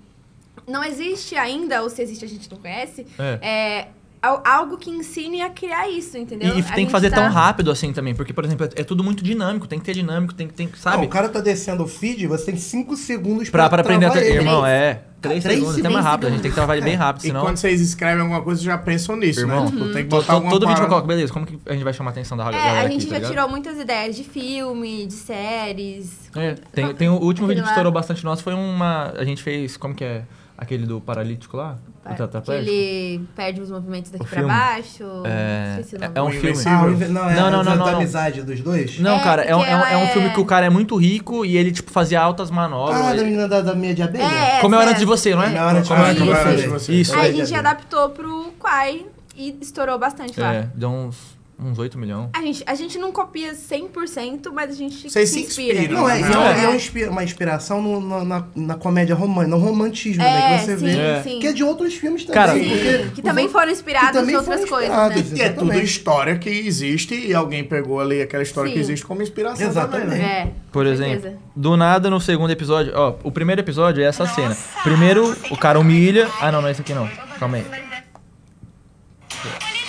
D: não existe ainda, ou se existe a gente não conhece, é, al- algo que ensine a criar isso, entendeu?
E: E, e
D: A
E: tem
D: gente
E: que fazer
D: tá-
E: tão rápido assim também, porque, por exemplo, é, é tudo muito dinâmico, tem que ter dinâmico, tem que, tem que
C: Não,
E: sabe?
C: o cara tá descendo o feed, você tem 5 segundos
E: pra, pra aprender a
C: travar
E: ter.
C: ele.
E: Irmão, é. Três,
C: Três
E: segundos, até mais
C: segundos.
E: rápido. A gente tem que trabalhar ele bem rápido,
B: É. E
E: senão.
B: quando vocês escrevem alguma coisa, já pensam nisso,
E: Irmão,
B: né? Tipo, tem que
E: Tô-
B: botar
E: tô-
B: alguma
E: todo vídeo eu
B: parada.
E: coloco, beleza, como que a gente vai chamar a atenção da
D: É,
E: galera
D: a
E: aqui,
D: gente
E: tá
D: já
E: ligado?
D: tirou muitas ideias de filme, de séries.
E: É, tem, tem o último
D: Aquele
E: vídeo que
D: lá.
E: estourou bastante nosso, foi uma... A gente fez, como que é? Aquele do paralítico lá? Do
D: Que
E: tetraplégico?
D: ele perde os movimentos daqui
E: O
D: pra
E: filme.
D: baixo.
E: É,
D: Esqueci o
E: é-
D: nome.
E: é um
B: O
E: filme.
B: Invencível.
C: Ah, o inve- não, é
E: Não, não,
C: a
E: não, não,
C: da
E: não.
C: amizade dos dois?
E: Não,
D: É,
E: cara, é, um,
D: porque
E: é, um,
D: ela
E: é um filme
D: é-
E: que o cara é muito rico e ele, tipo, fazia altas manobras.
C: Ah, da
E: ele-
C: menina da, da meia de abelha?
D: É, é,
E: Como eu era
D: certo.
E: antes de você, não é?
C: Na hora de
B: Como eu era
C: fazer
B: antes de
C: isso.
B: você.
E: Isso. é.
D: Aí a
C: Olha,
D: gente adaptou pro Quai e estourou bastante
E: É,
D: lá.
E: deu uns, uns 8 milhões.
D: A gente, a gente não copia 100%, mas a gente
B: Vocês se inspiram,
C: Não, é,
B: né?
C: e é uma-
D: É.
C: é uma inspi- uma inspiração no- na, na- na comédia romântica, no romantismo, né? Que
D: É,
C: você
D: sim,
C: vê.
D: É. sim.
C: Que é de outros filmes também.
E: Cara,
C: porque
D: que
C: os
D: também
C: outros-
D: foram inspirados
C: que também
D: em outras
C: foram
D: coisas, né?
C: inspirados,
B: E é tudo
C: exatamente.
B: história que existe e alguém pegou ali aquela história que
D: Sim.
B: existe como inspiração
C: Exatamente.
B: também, né?
D: É,
E: Por
D: com
E: exemplo,
D: certeza.
E: do nada no segundo episódio, ó, o primeiro episódio é essa cena. Primeiro o cara humilha. Ah, não, não é esse aqui não. Calma aí.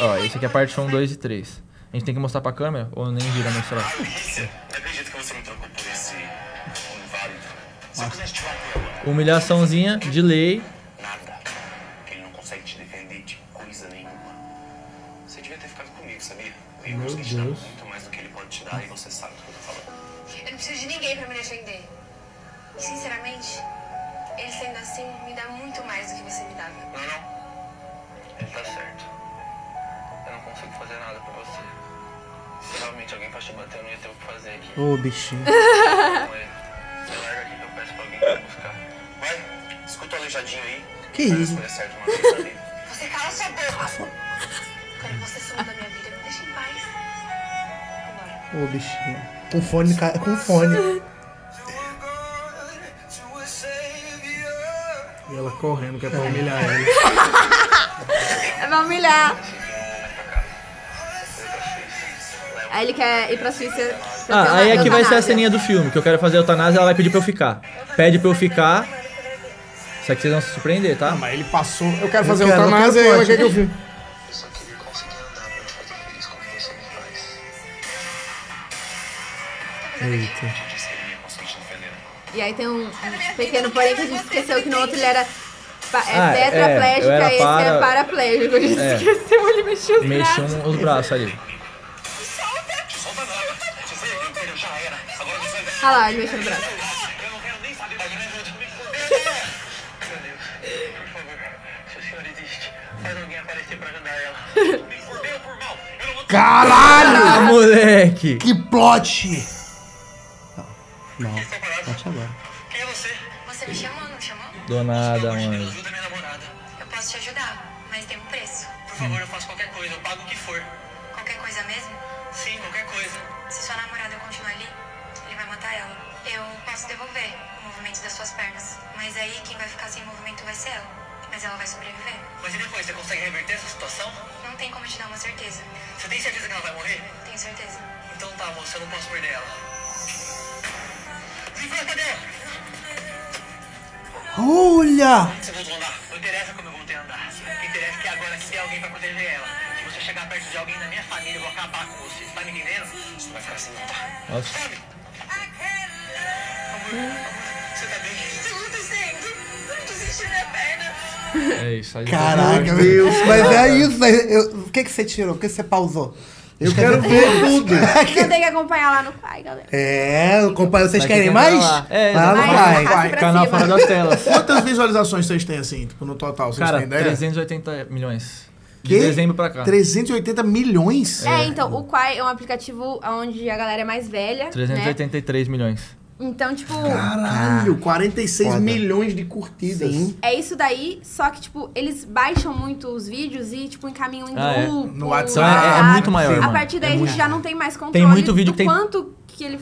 E: Ó, esse aqui é a parte 1, 2 e 3. A gente tem que mostrar pra câmera ou nem vira mostrar?
I: Delícia. Eu acredito que você me trocou por esse inválido. Se eu quisesse te bater agora,
E: Humilhaçãozinha de lei.
I: nada. Ele não consegue te defender de coisa nenhuma. Você devia ter ficado comigo, sabia? Eu ia conseguir te dar muito mais do que ele pode te dar e você sabe do que eu tô falando.
H: Eu não preciso de ninguém pra me defender. E, sinceramente, ele sendo assim me dá muito mais do que você me dava.
I: Não, não. Ele tá certo. Eu não consigo fazer nada por você. Se realmente alguém pra te bater, eu não ia ter o que fazer aqui.
C: Ô, bichinho.
I: com ele. Você larga aqui que eu peço pra alguém pra buscar. Vai, escuta o aleijadinho aí.
C: Que
I: Faz as
C: isso?
I: coisas certas uma vez ali.
H: Você cala sua boca! Quando você suma da minha vida, me deixa em paz. Vambora.
C: Ô, bichinho. Com fone, cara, com fone.
B: E ela correndo, que é pra humilhar ela.
D: É pra humilhar. Aí ele quer ir pra Suíça. pra ter
E: Ah,
D: uma
E: aí aqui vai ser a
D: eutanásia.
E: ceninha do filme, que eu quero fazer a eutanásia, ela vai pedir pra eu ficar. Pede pra eu ficar. Isso aqui vocês vão se surpreender, tá?
B: Ah, mas ele passou. Eu quero fazer um
C: quero, eu
B: eutanásia,
C: quero
B: mas o que é que eu fiz?
I: Eu só queria conseguir andar pra te fazer feliz como você me faz. Eu te disse que ele ia conseguir te defender.
D: E aí tem um um pequeno porém que a gente esqueceu que no outro ele era pa- é
E: Ah, é,
D: tetraplégico,
E: eu era
D: esse é
E: para-
D: paraplégico. A gente
E: É.
D: esqueceu, ele mexeu os
E: Mexi
D: braços.
E: um- os braços ali.
I: Solta nada! Se você inteiro já era. Agora você vai.
E: [laughs]
D: Olha lá, ele mexeu o braço.
I: Tá Eu não quero nem saber mais de onde me fudeu. existe. Faz alguém aparecer pra ajudar ela. Me fudeu por mal. Eu não vou
B: Caralho!
E: Ah, moleque!
B: Que plot!
I: ter separado.
C: Deixa agora.
I: Quem é você?
H: Você me chamou, não chamou?
E: Do nada,
I: Pelo amor de Deus,
E: mano.
I: ajuda minha namorada.
H: Eu posso te ajudar, mas tem um preço.
I: Por favor, eu faço qualquer coisa. Eu pago o que for.
H: Qualquer coisa mesmo?
I: Sim, qualquer coisa.
H: Se sua namorada continuar ali, ele vai matar ela. Eu posso devolver o movimento das suas pernas, mas aí quem vai ficar sem movimento vai ser ela. Mas ela vai sobreviver.
I: Mas e depois? Você consegue reverter essa situação?
H: Não tem como te dar uma certeza.
I: Você tem certeza que ela vai morrer?
H: Tenho certeza.
I: Então tá, moça. Eu não posso perder ela. Se enfrenta dela!
C: Olha!
I: Você voltou a andar. Não interessa como eu voltei a andar. O que interessa é que agora se tem alguém pra proteger ela. Se você chegar perto de alguém da minha família, eu vou acabar com você. Você tá me entendendo? Você não vai ficar assim, não, tá?
E: Nossa.
I: Sabe? Amor, amor, você tá bem?
E: É isso aí.
C: Caraca, Deus. Mas é isso. mas eu- o que, que você tirou? O que você pausou?
B: Eu quero ver tudo.
D: Eu tenho que acompanhar lá no pai, galera.
C: [laughs] É, companheiro, vocês
E: Vai
C: querem
E: ficar
C: mais?
E: lá. É,
C: Vai lá no
D: vai.
C: Vai.
D: Vai. pra
E: Canal
D: cima.
E: fora das telas.
B: Quantas visualizações vocês têm assim, tipo, no total? Vocês
E: Cara,
B: têm ideia?
E: 380 milhões. De
B: Quê?
E: dezembro pra cá.
B: 380 milhões?
D: É, então, o Quai é um aplicativo onde a galera é mais velha, né?
E: 383 milhões.
D: Então, tipo,
B: Caralho, 46
C: Foda.
B: milhões de curtidas.
C: Sim.
D: é isso daí, só que, tipo, eles baixam muito os vídeos e, tipo, encaminham em
E: Ah, é.
D: grupo.
B: No WhatsApp.
E: Então é, é
D: sabe?
E: muito maior,
D: A
E: mano.
D: partir daí
E: é
D: a gente
E: muito...
D: já não tem mais controle
E: Tem muito vídeo
D: do
E: que tem-
D: quanto que ele...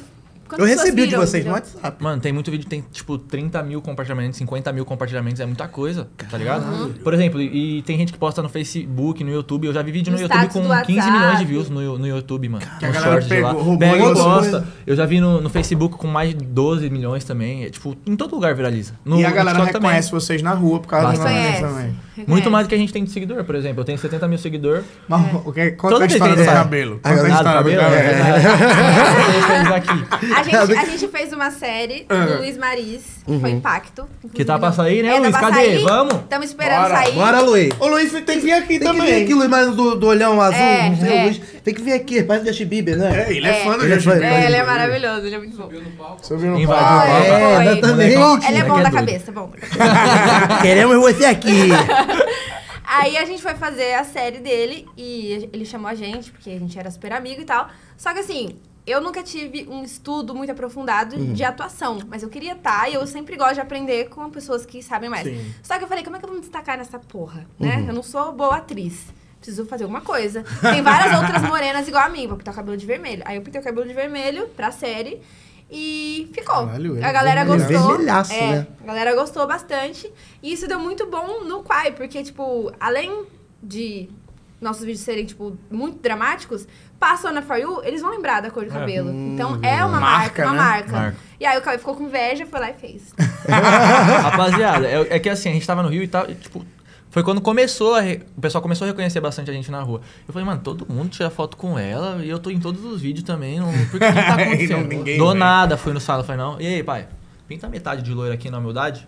C: Eu recebi o de vocês no
D: assim, não
B: é?
C: WhatsApp.
E: Mano, tem muito vídeo que tem, tipo, 30 mil compartilhamentos, 50 mil compartilhamentos, é muita coisa, tá ligado? Por exemplo, e e tem gente que posta no Facebook, no YouTube, eu já vi vídeo no
D: No
E: YouTube
D: status
E: com
D: do
E: 15
D: WhatsApp.
E: milhões de views no, no YouTube, mano. Que
B: a galera pegou, roubou
E: Pega
B: e
E: e posta.
B: você-
E: Eu já vi no, no Facebook com mais de 12 milhões também, é tipo, em todo lugar viraliza. No
B: e a galera
E: TikTok também.
B: reconhece vocês na rua por causa do
E: Bastante.
B: nome
D: Conhece,
B: também.
E: Muito mais do que a gente tem de seguidor, por exemplo. Eu tenho 70 mil seguidor.
B: Mas o que, conta
E: Todo
B: a história do
E: mundo tem ideia.
B: cabelo. Conta a
E: Ah, do
B: história
E: cabelo?
B: do cabelo. É. [laughs]
E: É. aqui.
D: A gente, a gente fez uma série do Luiz Mariz, que foi Impacto.
E: Uhum. Que tá pra sair, né,
D: É, tá
E: Luiz?
D: pra
E: Cadê?
D: sair.
E: Vamos?
D: Estamos esperando sair.
C: Bora, Luiz.
B: É. Ô Luiz, tem que vir aqui
C: Tem que
B: também.
C: vir aqui, Luiz, mas do, do olhão azul,
D: É,
C: não sei,
D: é.
C: Luiz. Tem que vir aqui, faz o Justin Bieber, né?
B: É, ele é,
D: É.
B: fã do
C: Ele é fã,
B: Justin
D: É, ele
B: Bieber.
D: é maravilhoso, ele é muito bom.
B: Subiu no
E: Invadiu
B: palco.
E: o palco.
D: É,
C: É,
D: foi.
C: exatamente.
D: Ele é
E: Moleque
D: bom da
E: doido.
D: cabeça, bom.
C: Queremos você aqui.
D: Aí a gente foi fazer a série dele e ele chamou a gente, porque a gente era super amigo e tal. Só que assim, eu nunca tive um estudo muito aprofundado
B: Uhum.
D: de atuação, mas eu queria estar e eu sempre gosto de aprender com pessoas que sabem mais. Só que eu falei, como é que eu vou me destacar nessa porra, né?
B: Uhum.
D: Eu não sou boa atriz. Preciso fazer alguma coisa. Tem várias outras morenas igual a mim. Vou pintar o cabelo de vermelho. Aí eu pintei o cabelo de vermelho pra sého e ficou.
B: Caralho, ele
D: a galera
B: é
D: gostou.
C: vermelhaço,
D: é,
C: né?
D: a galera gostou bastante. E isso deu muito bom no Quai, porque, tipo, além de nossos vídeos serem, tipo, muito dramáticos, passou na For You, eles vão lembrar da cor do cabelo. então é uma
B: Marca,
D: marca, uma
B: né?
D: marca.
E: Hum, Marca.
D: E aí o Cauê ficou com inveja, foi lá e fez.
E: Rapaziada, é, é que assim, a gente tava no Rio e tal, e, tipo, foi quando começou, a re- o pessoal começou a reconhecer bastante a gente na rua. Eu falei, mano, todo mundo tira foto com ela e eu tô em todos os vídeos também, não, por que que
B: [laughs]
E: tá acontecendo?
B: Não, ninguém
E: Do
B: vê.
E: nada, fui no salão, falei, não, e aí, pai, pinta metade de loira aqui na
B: [laughs]
E: humildade.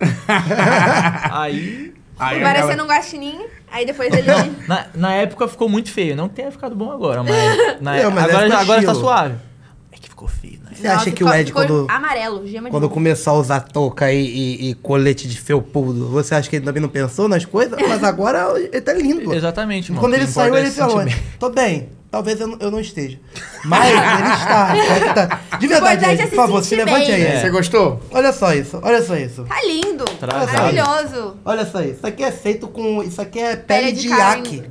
E: [laughs] aí,
B: Aí a
D: Parecendo
B: galera-
D: um guaxinim, aí depois ele...
E: na, na época ficou muito feio, não que tenha ficado bom agora, mas,
D: [laughs]
C: Não,
E: na época-
C: mas
E: agora,
C: ficou
E: já- agora tá
C: estilo.
E: suave. É que ficou feio, né?
C: [laughs] Você acha
D: Nossa,
C: que o
D: ficou-
C: Ed,
D: ficou
C: quando,
D: Amarelo, gema de
C: quando
D: ovo.
C: começar a usar touca e, e- e colete de felpudo, você acha que ele também não pensou nas coisas? Mas agora ele tá lindo.
E: Exatamente, mano.
C: Quando
E: O que
C: ele
E: importa
C: saiu,
E: é
C: ele
E: esse
C: falou,
E: sentimento.
C: tô bem. Talvez eu, não- eu não esteja. Mas ele está. ele tá. De verdade,
D: importante
C: Ed,
D: é
C: por
D: se
C: favor, se
D: sentir
C: levante
D: bem. É.
C: aí. Ed.
B: Você gostou?
C: Olha só isso, olha só isso.
D: Tá lindo,
E: Atrasado.
D: maravilhoso.
C: Olha só isso. Isso aqui é feito com. Isso aqui é pele,
D: Pele
C: de,
D: de
C: iaque.
D: carne.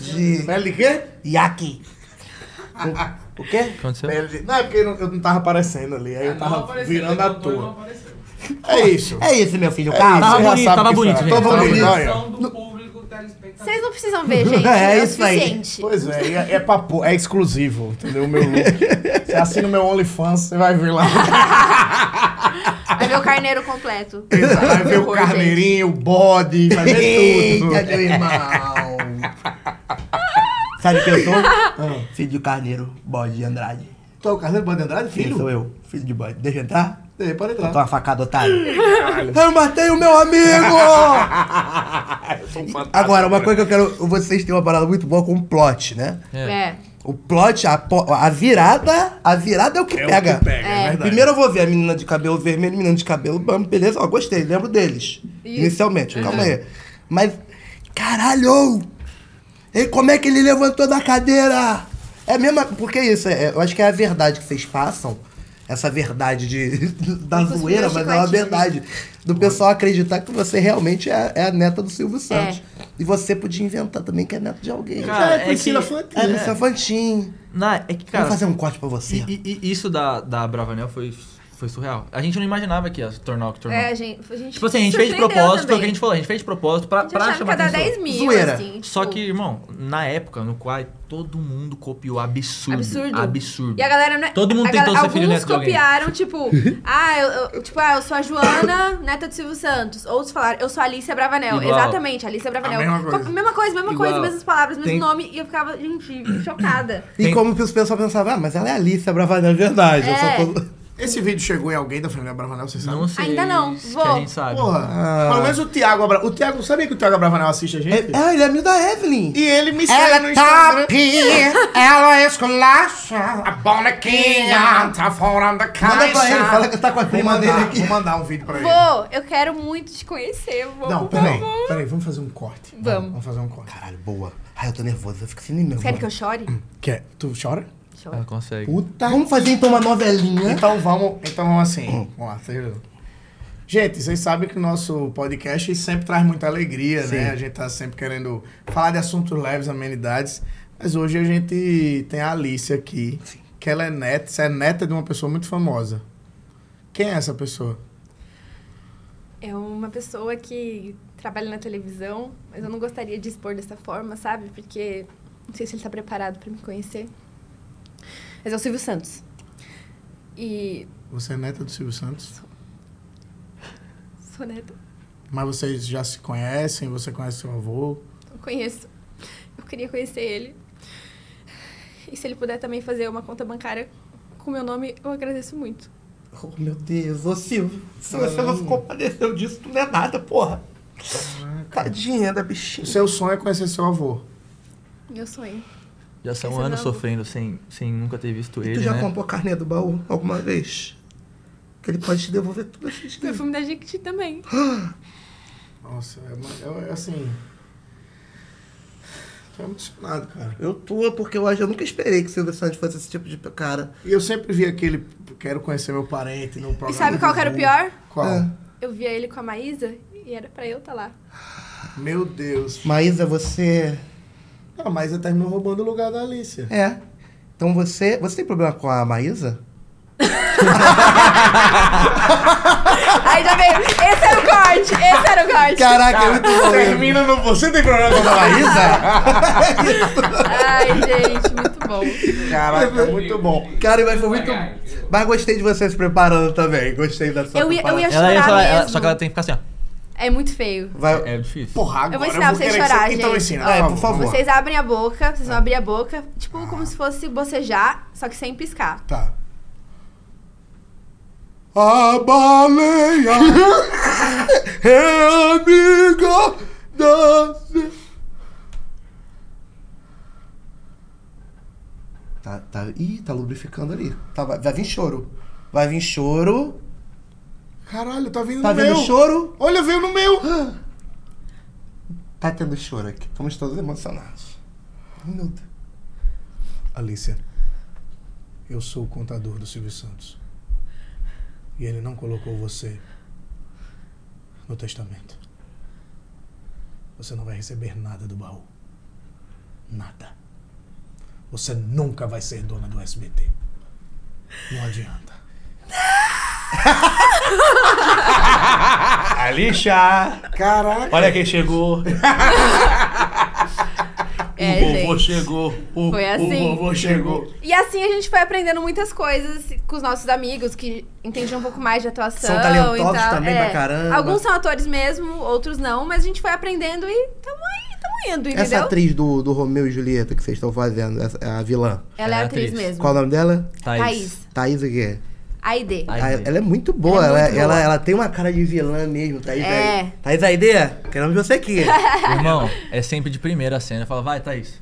C: De.
B: Pele de quê?
C: Iaque. O, o quê?
E: Aconteceu?
B: Pele de... Não, é porque eu não, eu não tava aparecendo ali. Aí eu
G: Não
B: tava
G: apareceu,
B: virando
G: ele
B: à
G: botou e não
B: toa.
G: apareceu.
B: É isso.
C: É isso, meu filho.
B: É
C: Calma.
E: Tava
B: isso, já sabe
E: bonito, tava
B: que
E: bonito,
B: foi.
E: gente,
B: Tava
E: tava
B: bonito.
G: Reação do público telespectador.
D: Vocês não precisam
C: [laughs]
D: ver, gente.
C: É
D: É, o
C: isso aí.
D: suficiente.
B: Pois é, e é, é papo, é exclusivo, entendeu? O meu look. Você assina o meu OnlyFans, você vai ver lá.
C: é.
D: Vai ver o carneiro completo.
B: Vai ver o
D: Horror, gente.
B: carneirinho, o bode, vai ver tudo.
C: Eita, meu irmão. Sabe quem eu [laughs] sou? Ah. Filho de carneiro, bode de Andrade.
B: Tu é o carneiro bode Andrade,
C: Filho?
B: filho?
C: Sou eu, filho de bode. Deixa eu entrar?
B: É, pode
C: Tô
B: entrar.
C: uma facada, otário. Eu matei o meu amigo! Agora, uma coisa que eu quero. Vocês têm uma parada muito boa com plot, né?
D: É.
C: O plot, a, po- a virada, a virada é o que
B: É o
C: pega.
B: que pega, é, verdade.
C: Primeiro eu vou ver a menina de cabelo vermelho, menina de cabelo branco, beleza? Ó, gostei, lembro deles.
D: Isso.
C: Inicialmente, calma aí. Mas Caralho! E como é que ele levantou da cadeira? É mesmo. Porque é isso, é- eu acho que é a verdade que vocês passam. Essa verdade de, [laughs] da
D: Os
C: zoeira, mas é uma
D: chicletinhos.
C: verdade. Do pessoal acreditar que você realmente é, é a neta do Silvio Santos. E você podia inventar também que é neto de alguém.
E: Cara, é
B: Priscila
E: que-
B: Fantin.
C: é, Luciano Fantin.
E: Na, é que, cara,
C: Vou fazer um corte pra você.
E: e, e- e isso da, da Bravanel foi, foi surreal. A gente não imaginava que ia se tornar o que tornou.
D: É, a gente, a gente
E: Tipo assim, a gente fez de
D: surpreendeu
E: propósito, foi
D: também.
E: o que a gente falou, a gente fez de propósito pra,
D: A gente
E: pra
D: achava
E: chamar
D: que ia dar
E: atenção.
D: 10 mil,
C: Zoeira.
D: assim. tipo,
E: Só que, irmão, na época no qual todo mundo copiou absurdo.
D: Absurdo.
E: Absurdo.
D: E a galera não é-
E: Todo mundo
D: a
E: tentou ser
D: galera-
E: filho
D: Alguns
E: neto de alguém. [laughs]
D: copiaram, tipo, ah, eu, eu- tipo, ah, eu sou a Joana, neta do Silvio Santos. Outros falaram, eu sou a Alicia Bravanel.
E: Igual.
D: Exatamente, Alicia Bravanel.
B: mesma
D: Co-
B: coisa.
D: mesma coisa, mesma coisa,
E: Igual.
D: mesmas palavras, mesmo
E: Tem-
D: nome. E eu ficava, gente, chocada.
C: E
E: Tem-
C: como o pessoal pensava, ah, mas ela é a Alice, a Bravanel, é verdade. Eu
D: É.
C: só tô... [laughs]
B: Esse vídeo chegou em alguém da família Bravanel, vocês sabem?
E: Não sei.
D: Ainda não,
E: se
D: vou.
E: Que a gente sabe.
B: Porra. Pelo menos o Thiago Abra... O Thiago, sabia que o Thiago Abravanel assiste a gente?
C: Ah, ele é tá amigo da Evelyn.
B: E ele me segue no Instagram.
F: ela esculacha.
B: A bonequinha tá fora da caixa.
C: Manda pra ele, fala que tá com a
B: Vou
C: prima dele
B: mandar,
C: aqui.
B: vou mandar um vídeo pra ele.
D: Vô, eu quero muito te conhecer, vô.
B: Não,
D: por
B: peraí.
D: favor.
B: Peraí, vamos fazer um corte.
D: Vamos.
B: Vamos fazer um corte.
C: Caralho, boa. Ai, eu tô nervoso, eu fico assim, sem nem mesmo.
D: Quer que eu chore?
E: Hum.
B: Quer? Tu chora?
E: Ela consegue.
C: Puta. Vamos fazer então uma novelinha.
B: Então vamos, então vamos assim. Vamos lá, vocês- Gente, vocês sabem que o nosso podcast sempre traz muita alegria, né? A gente tá sempre querendo falar de assuntos leves, amenidades. Mas hoje a gente tem a Alice aqui, que ela é neta, você é neta de uma pessoa muito famosa. Quem é essa pessoa?
D: É uma pessoa que trabalha na televisão, mas eu não gostaria de expor dessa forma, sabe? Porque não sei se ele está preparado para me conhecer. Mas é o Silvio Santos. E
B: Você é neta do Silvio Santos?
D: sou neta,
B: Mas vocês já se conhecem? Você conhece seu avô?
D: eu conheço. Eu queria conhecer ele. E se ele puder também fazer uma conta bancária com meu nome, eu agradeço muito.
C: Oh, meu Deus, ô Silvio, se você não se compadeceu disso, tu não é nada, porra. Tadinha da
B: O
C: bichinha.
B: seu sonho é conhecer seu avô.
D: Meu sonho.
E: Já são
D: Esse
E: anos
D: não.
E: sofrendo sem, sem nunca ter visto
C: E
E: ele,
C: tu já
E: né?
C: comprou carnê do baú alguma vez? Que ele pode te devolver tudo assim.
D: Meu filme da Jequiti também.
B: Nossa, é, uma- é- é assim. Tô emocionado, cara.
C: Eu tô, porque eu acho, eu nunca esperei que o Silvio Santos fosse esse tipo de cara.
B: E eu sempre vi aquele Quero Conhecer Meu Parente no programa.
D: E sabe qual que era o
B: do
D: pior?
B: Gugu. Qual?
C: É.
D: Eu via ele com a Maísa e era pra eu estar lá.
B: Meu Deus.
C: Maísa, você.
B: Ah, mas eu terminou roubando o lugar da Alicia.
C: É. Então você. Você tem problema com a Maísa?
D: Aí já veio. Esse era o corte! Esse era o corte!
C: Caraca, é muito bom.
B: Termina Tá, no Você Tem Problema com a
C: Maísa?
D: Ai, gente, muito bom.
B: [laughs] Caraca, é muito bom.
C: [laughs] Cara, mas foi muito. Mas gostei de você se preparando também. Gostei da sua
D: Eu ia, eu
C: preparação.
D: ia É chorar
E: Ela ia falar, ela-
D: mesmo.
E: só que ela tem que ficar assim, ó.
D: É muito feio.
C: Vai...
E: É difícil.
B: Porra, agora
D: Eu vou ensinar vocês a
B: querer que
D: chorar,
B: você- Então
D: gente.
B: ensina,
C: É,
B: por
C: por
B: favor.
C: favor.
D: Vocês abrem a boca, vocês vão abrir a boca, tipo como se fosse bocejar, só que sem piscar.
B: Tá.
C: A baleia é amiga da. Tá, tá, ih, tá lubrificando ali. Tá, vai, vai vir choro. Vai vir choro.
B: Caralho, tá vindo
C: Tá
B: no
C: vindo
B: meu.
C: choro?
B: Olha, veio no meu.
C: Tá tendo choro aqui. Estamos todos emocionados. Um minuto.
B: Alicia, eu sou o contador do Silvio Santos. E ele não colocou você no testamento. Você não vai receber nada do baú. Nada. Você nunca vai ser dona do SBT. Não adianta.
A: [laughs] Alixa!
B: Caraca!
A: Olha quem chegou!
D: É,
A: o vovô
D: gente.
A: chegou! O,
D: Foi assim.
A: o vovô chegou!
D: E assim a gente foi aprendendo muitas coisas com os nossos amigos que entendem um pouco mais de atuação.
C: São talentosos
D: e tal.
C: também
D: É.
C: pra caramba.
D: Alguns são atores mesmo, outros não, mas a gente foi aprendendo e tamo aí, tamo indo, entendeu?
C: Essa atriz do, do Romeu e Julieta que vocês estão fazendo, essa- a vilã.
D: Ela é
E: É a
D: atriz,
E: atriz.
D: mesmo.
C: Qual o nome dela?
E: Thaís.
C: Thaís o quê?
D: Aide.
E: Ai,
C: Ah,
E: Deus.
C: ela é muito boa,
D: Ela
C: ela,
D: é
C: ela,
D: muito
C: Ela,
D: boa.
C: tem uma cara de vilã mesmo, Thaís.
D: É.
C: Aide. Thaís Aide, queremos você aqui.
D: [laughs]
E: [laughs] Irmão, é sempre de primeira a cena. Fala, vai, Thaís.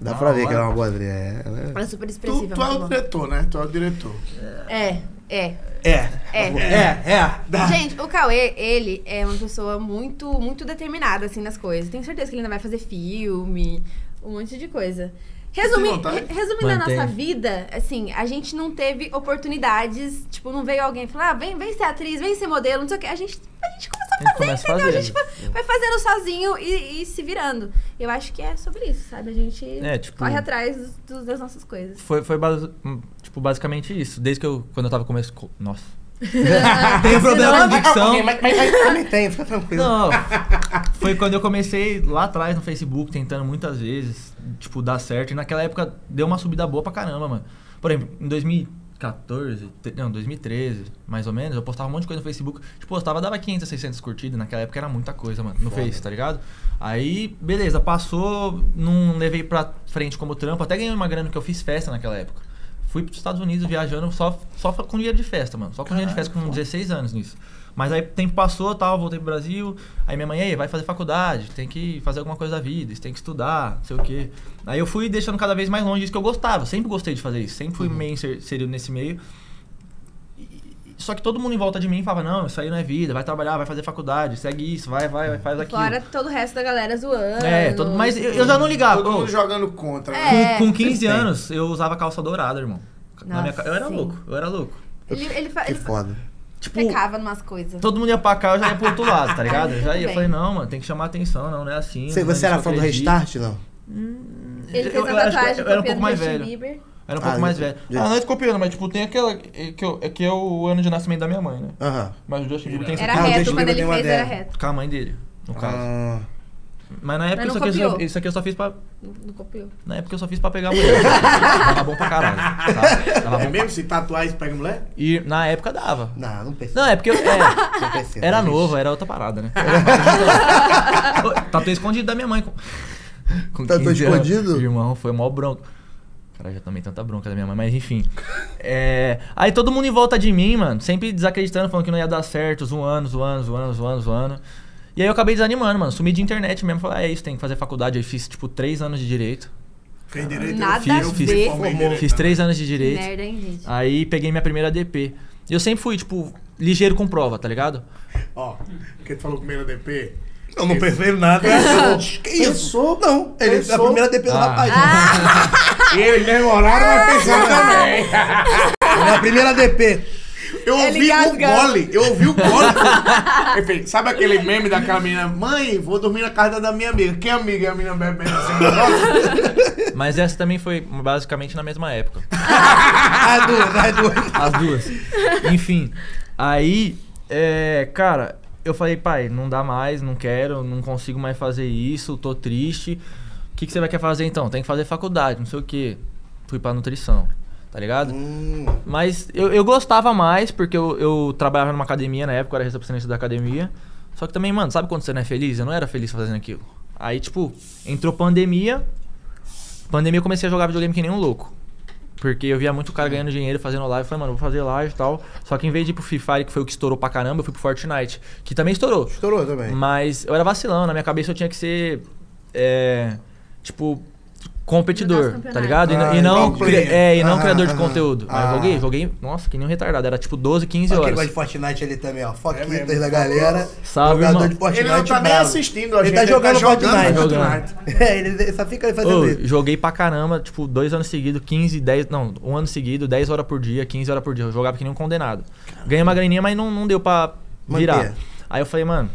C: Dá
E: Da
C: pra ver
E: hora.
C: que ela é uma boa atriz. é, ela é-
D: Ela é super
B: Tu,
D: expressiva.
B: tu é o
D: muito bom.
B: diretor, né? Tu é o diretor.
D: É, é.
B: É.
D: É.
B: É, é. Dá.
D: Gente, o Cauê, ele é uma pessoa muito, muito determinada, assim, nas coisas. Tenho certeza que ele ainda vai fazer filme, um monte de coisa. Resumi,
A: Tem vontade?
D: re- resumindo a
E: Mantém.
D: nossa vida, assim, a gente não teve oportunidades. Tipo, não veio alguém falar, ah, vem, vem ser atriz, vem ser modelo, não sei o quê. A gente, a gente começou a
E: gente
D: fazer,
E: começa
D: entendeu? A
E: fazendo.
D: gente fa- vai fazendo sozinho e, e se virando. Eu acho que é sobre isso, sabe? A gente
E: É, tipo-
D: corre atrás dos- dos- das nossas coisas.
E: Foi, foi basi- hum, tipo, basicamente isso. Desde que eu. Quando eu tava começando. co- Nossa.
D: [laughs]
E: Tem problema de dicção.
C: Mas, mas, mas também tem, fica tranquilo.
B: um-
E: Não. Foi quando eu comecei lá atrás no Facebook, tentando muitas vezes, tipo, dar certo. E naquela época deu uma subida boa pra caramba, mano. Por exemplo, em 2014, te- não, 2013, mais ou menos, eu postava um monte de coisa no Facebook. Tipo, postava, dava 500, 600 curtidas. Naquela época era muita coisa, mano, no Face, tá ligado? Aí, beleza, passou, não levei pra frente como trampo. Até ganhei uma grana porque eu fiz festa naquela época. Fui pros Estados Unidos viajando só, só com dinheiro de festa, mano. Só com dinheiro de festa, com 16 anos nisso. Mas aí o tempo passou, tal, voltei pro Brasil. Aí minha mãe, aí, vai fazer faculdade, tem que fazer alguma coisa da vida, você tem que estudar, não sei o quê. Aí eu fui deixando cada vez mais longe disso que eu gostava. Sempre gostei de fazer isso, sempre
B: Uhum.
E: fui meio inser- inserido nesse meio. E- e- Só que todo mundo em volta de mim falava, não, isso aí não é vida, vai trabalhar, vai fazer faculdade, segue isso, vai, vai, vai faz aquilo.
D: Fora todo o resto da galera zoando.
E: É, todo, mas eu, eu já não ligava.
B: Tá, Todo
E: Ô,
B: mundo jogando contra. né?
D: É.
E: com 15 anos, eu usava calça dourada, irmão. Na minha ca- eu era
D: Nossa, sim.
E: louco, eu era louco.
D: Ele, ele, fa-
C: Que
D: ele fa-
C: foda.
E: Tipo,
D: pecava numas coisas.
E: todo mundo ia pra cá, eu já ia pro outro lado, tá ligado? Eu já
D: Tudo
E: ia.
D: bem.
E: Falei, não, mano, tem que chamar atenção, não, não é assim.
C: Você,
E: não é
C: você era
E: isso que
C: fã
E: eu
C: do
E: acredito.
C: Restart, não?
D: Ele fez
E: eu- eu
D: uma
E: acho que
D: tatuagem
E: eu era um
D: copiando
E: pouco mais
D: Justin
E: velho.
D: Bieber.
E: Era um pouco
C: Ah,
E: mais
C: eu-
E: velho.
C: eu-
E: Ah, não é de copiando, mas tipo, tem aquela. é Que, eu- é que é o ano de nascimento da minha mãe, né?
C: Aham.
E: Mas o Justin Bieber tem
D: Era
C: Ah, o
D: reto,
C: Justin
D: quando
C: Bieber
D: ele
C: tem uma
D: fez era
C: dela.
D: reto.
E: Com a mãe dele, no caso.
C: Ah,
E: Mas na época
D: Mas
E: isso
D: não
E: aqui, eu só,
D: copiou.
E: isso aqui eu só fiz pra.
D: Não, não copiou.
E: Na época eu só fiz pra pegar a mulher. [laughs] Tava bom pra caralho. Tá? Tava
B: É
E: bom.
B: mesmo? Se tatuar isso pega mulher?
E: E na época dava.
C: não, não percebo.
E: Não, é porque eu.
C: [laughs]
E: É,
C: não percebo,
E: era
C: mas-
E: novo, era outra
C: [laughs]
E: parada, né? Tatuei escondido da minha mãe. Com, com
C: Tatuou
E: 15 anos.
C: escondido?
E: Irmão, foi mó bronca. Cara, já tomei tanta bronca da minha mãe, mas enfim. É, aí todo mundo em volta de mim, mano, sempre desacreditando, falando que não ia dar certo, zoando, zoando, zoando, zoando, zoando. E aí eu acabei desanimando, mano. Sumi de internet mesmo. Falei, ah, é isso, tem que fazer faculdade. Aí fiz, tipo, três anos de direito.
B: Fez direito?
D: Nada
B: eu fiz, eu fiz,
E: fiz,
D: a
B: eu formei
D: ver.
B: direito
E: Fiz
B: também.
E: três anos de direito.
D: Merda, hein, gente?
E: Aí peguei minha primeira DP. Eu sempre fui, tipo, ligeiro com prova, tá ligado?
B: Ó, porque tu falou primeiro DP.
C: Eu não percebo
D: [laughs]
C: nada. que isso? Não, ele é a
B: Pensou?
C: primeira DP da
E: Ah.
C: página.
B: E eles demoraram a pensar também.
C: Na É primeira DP.
B: Eu
D: Ele
B: ouvi o
D: engasgando.
B: gole, eu ouvi o gole. Enfim, sabe aquele meme daquela menina? Mãe, vou dormir na casa da minha amiga. Que amiga é a menina bebendo assim? Nossa,
E: Mas essa também foi basicamente na mesma época.
C: [laughs] As duas, as duas.
E: As duas. Enfim. Aí, é, cara, eu falei, pai, não dá mais, não quero, não consigo mais fazer isso, tô triste. O que, que você vai querer fazer então? Tem que fazer faculdade, não sei o quê. Fui pra nutrição, tá ligado? Mas eu, eu gostava mais, porque eu, eu trabalhava numa academia na época, eu era recepcionista da academia. Só que também, mano, sabe quando você não é feliz? Eu não era feliz fazendo aquilo. Aí, tipo, entrou pandemia. Pandemia eu comecei a jogar videogame que nem um louco. Porque eu via muito cara ganhando dinheiro fazendo live. Eu falei, mano, eu vou fazer live e tal. Só que em vez de ir pro Free Fire, que foi o que estourou pra caramba, eu fui pro Fortnite. Que também estourou.
C: Estourou também.
E: Mas eu era vacilão, na minha cabeça eu tinha que ser. É, tipo,
D: Mudar os
E: competidor,
D: campeonatos.
E: tá ligado? E, n-
C: Ah,
E: e não,
C: igual player.
E: cri- é, e não
C: Ah,
E: criador de
C: ah,
E: conteúdo. Mas
C: ah.
E: eu joguei, joguei, nossa, que nem um retardado. Era tipo 12, 15
C: Olha quem
E: horas.
C: gosta de Fortnite ali também, ó. Foquitas
B: É mesmo.
C: da galera.
E: Salve,
C: jogador
E: irmão.
C: de Fortnite.
B: ele não tá nem
C: bravo.
B: assistindo a
C: Ele
B: gente.
C: tá jogando Fortnite.
E: Tá Jogando.
C: [laughs] É, ele só fica ali fazendo
E: Ô,
C: isso.
E: joguei pra caramba, tipo, dois anos seguidos, 15, 10, não, um ano seguido, 10 horas por dia, 15 horas por dia. Eu jogava que nem um condenado. Ganhei uma graninha, mas não, não deu pra virar.
C: Manter.
E: Aí eu falei, mano,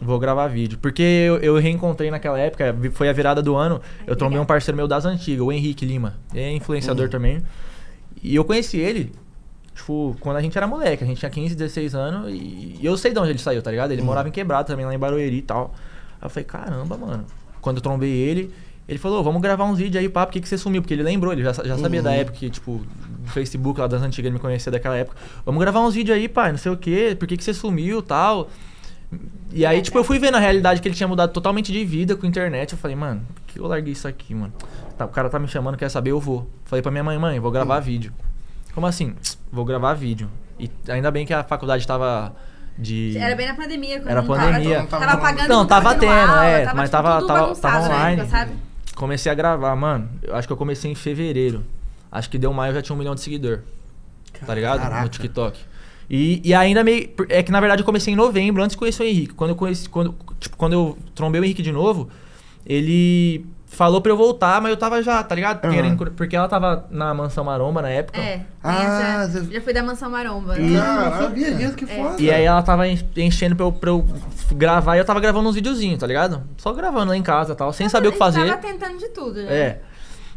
E: vou gravar vídeo. Porque eu, eu reencontrei naquela época, vi- foi a virada do ano, eu tomei um parceiro meu das antigas, o Henrique Lima. Ele é
C: Hum.
E: influenciador também. E eu conheci ele, tipo, quando a gente era moleque, a gente tinha 15, 16 anos e, e eu sei de onde ele saiu, tá ligado? Ele morava em Quebrado também, lá em Barueri e tal. Aí eu falei, caramba, mano. Quando eu trombei ele, ele falou, "Ô, vamos gravar uns vídeos aí, papo, por que, que você sumiu? Porque ele lembrou, ele já, sa- já sabia da época, que, tipo, do Facebook lá das antigas, ele me conhecia daquela época. Vamos gravar uns vídeos aí, pai, não sei o quê, por que, que você sumiu e tal. E aí, tipo, eu fui vendo a realidade que ele tinha mudado totalmente de vida com a internet. Eu falei, mano, por que eu larguei isso aqui, mano? Tá, o cara tá me chamando, quer saber, eu vou. Falei pra minha mãe, mãe, vou
D: Hum.
E: gravar vídeo. Como assim? Vou gravar vídeo. E ainda bem que a faculdade tava de.
D: Era bem na pandemia. Quando
E: Era
D: não
E: pandemia.
D: Tava, tava pagando.
E: Não, Então, tava
D: tendo,
E: tendo,
D: aula,
E: é,
D: Tava,
E: mas
D: tipo,
E: tava-
D: tudo
E: tava-
D: bagunçado
E: tava
D: na
E: online.
D: época, sabe?
E: Comecei a gravar, mano. Eu acho que eu comecei em fevereiro. Acho que deu maio eu já tinha um milhão de seguidor. Tá ligado? No TikTok. E, e ainda meio. por- É que na verdade eu comecei em novembro, antes de conhecer o Henrique. Quando eu conheci. Quando, tipo, quando eu trombei o Henrique de novo, ele falou pra eu voltar, mas eu tava já, tá ligado? Querendo cur- porque ela tava na mansão maromba na época.
D: É. tem
C: Ah,
D: essa-
C: você-
D: já fui da Mansão Maromba.
C: Não, não sabia disso, que
D: É.
C: foda.
E: E aí ela tava en- enchendo pra eu, pra eu gravar e eu tava gravando uns videozinhos, tá ligado? Só gravando lá em casa e tal, sem saber o que
D: A gente
E: fazer.
D: tava tentando de tudo, né?
E: É.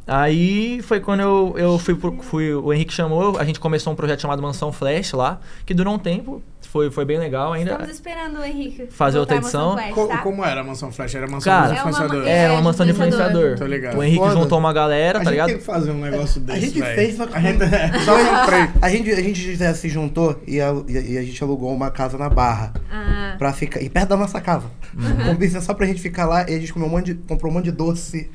E: Aí foi quando eu, eu fui, pro- fui. O Henrique chamou, a gente começou um projeto chamado Mansão Flash lá, que durou um tempo, foi, foi bem legal ainda.
D: Estamos esperando o Henrique
E: Fazer outra
D: voltar à Mansão
E: edição.
D: Quest,
B: Co-
D: tá?
B: Como era a mansão flash? Era a mansão
E: Cara,
B: dos
D: É uma
B: influenciadores.
E: É, uma mansão de
D: Influenciador.
E: influenciador.
B: Tô ligado.
E: O Henrique
C: Foda.
E: juntou uma galera,
B: a
E: tá
B: gente
E: ligado?
B: tem que fazer um negócio
C: A
B: desse,
C: gente
B: velho.
C: fez, só que
B: A [laughs] gente... Só comprei.
C: [laughs] A gente, a gente é, se juntou e a, e a- e a gente alugou uma casa na Barra.
D: Ah,
C: Pra ficar, e perto da nossa casa.
E: Uhum.
C: Com pizza só pra gente ficar lá e a gente comeu um monte de, comprou um monte de doce,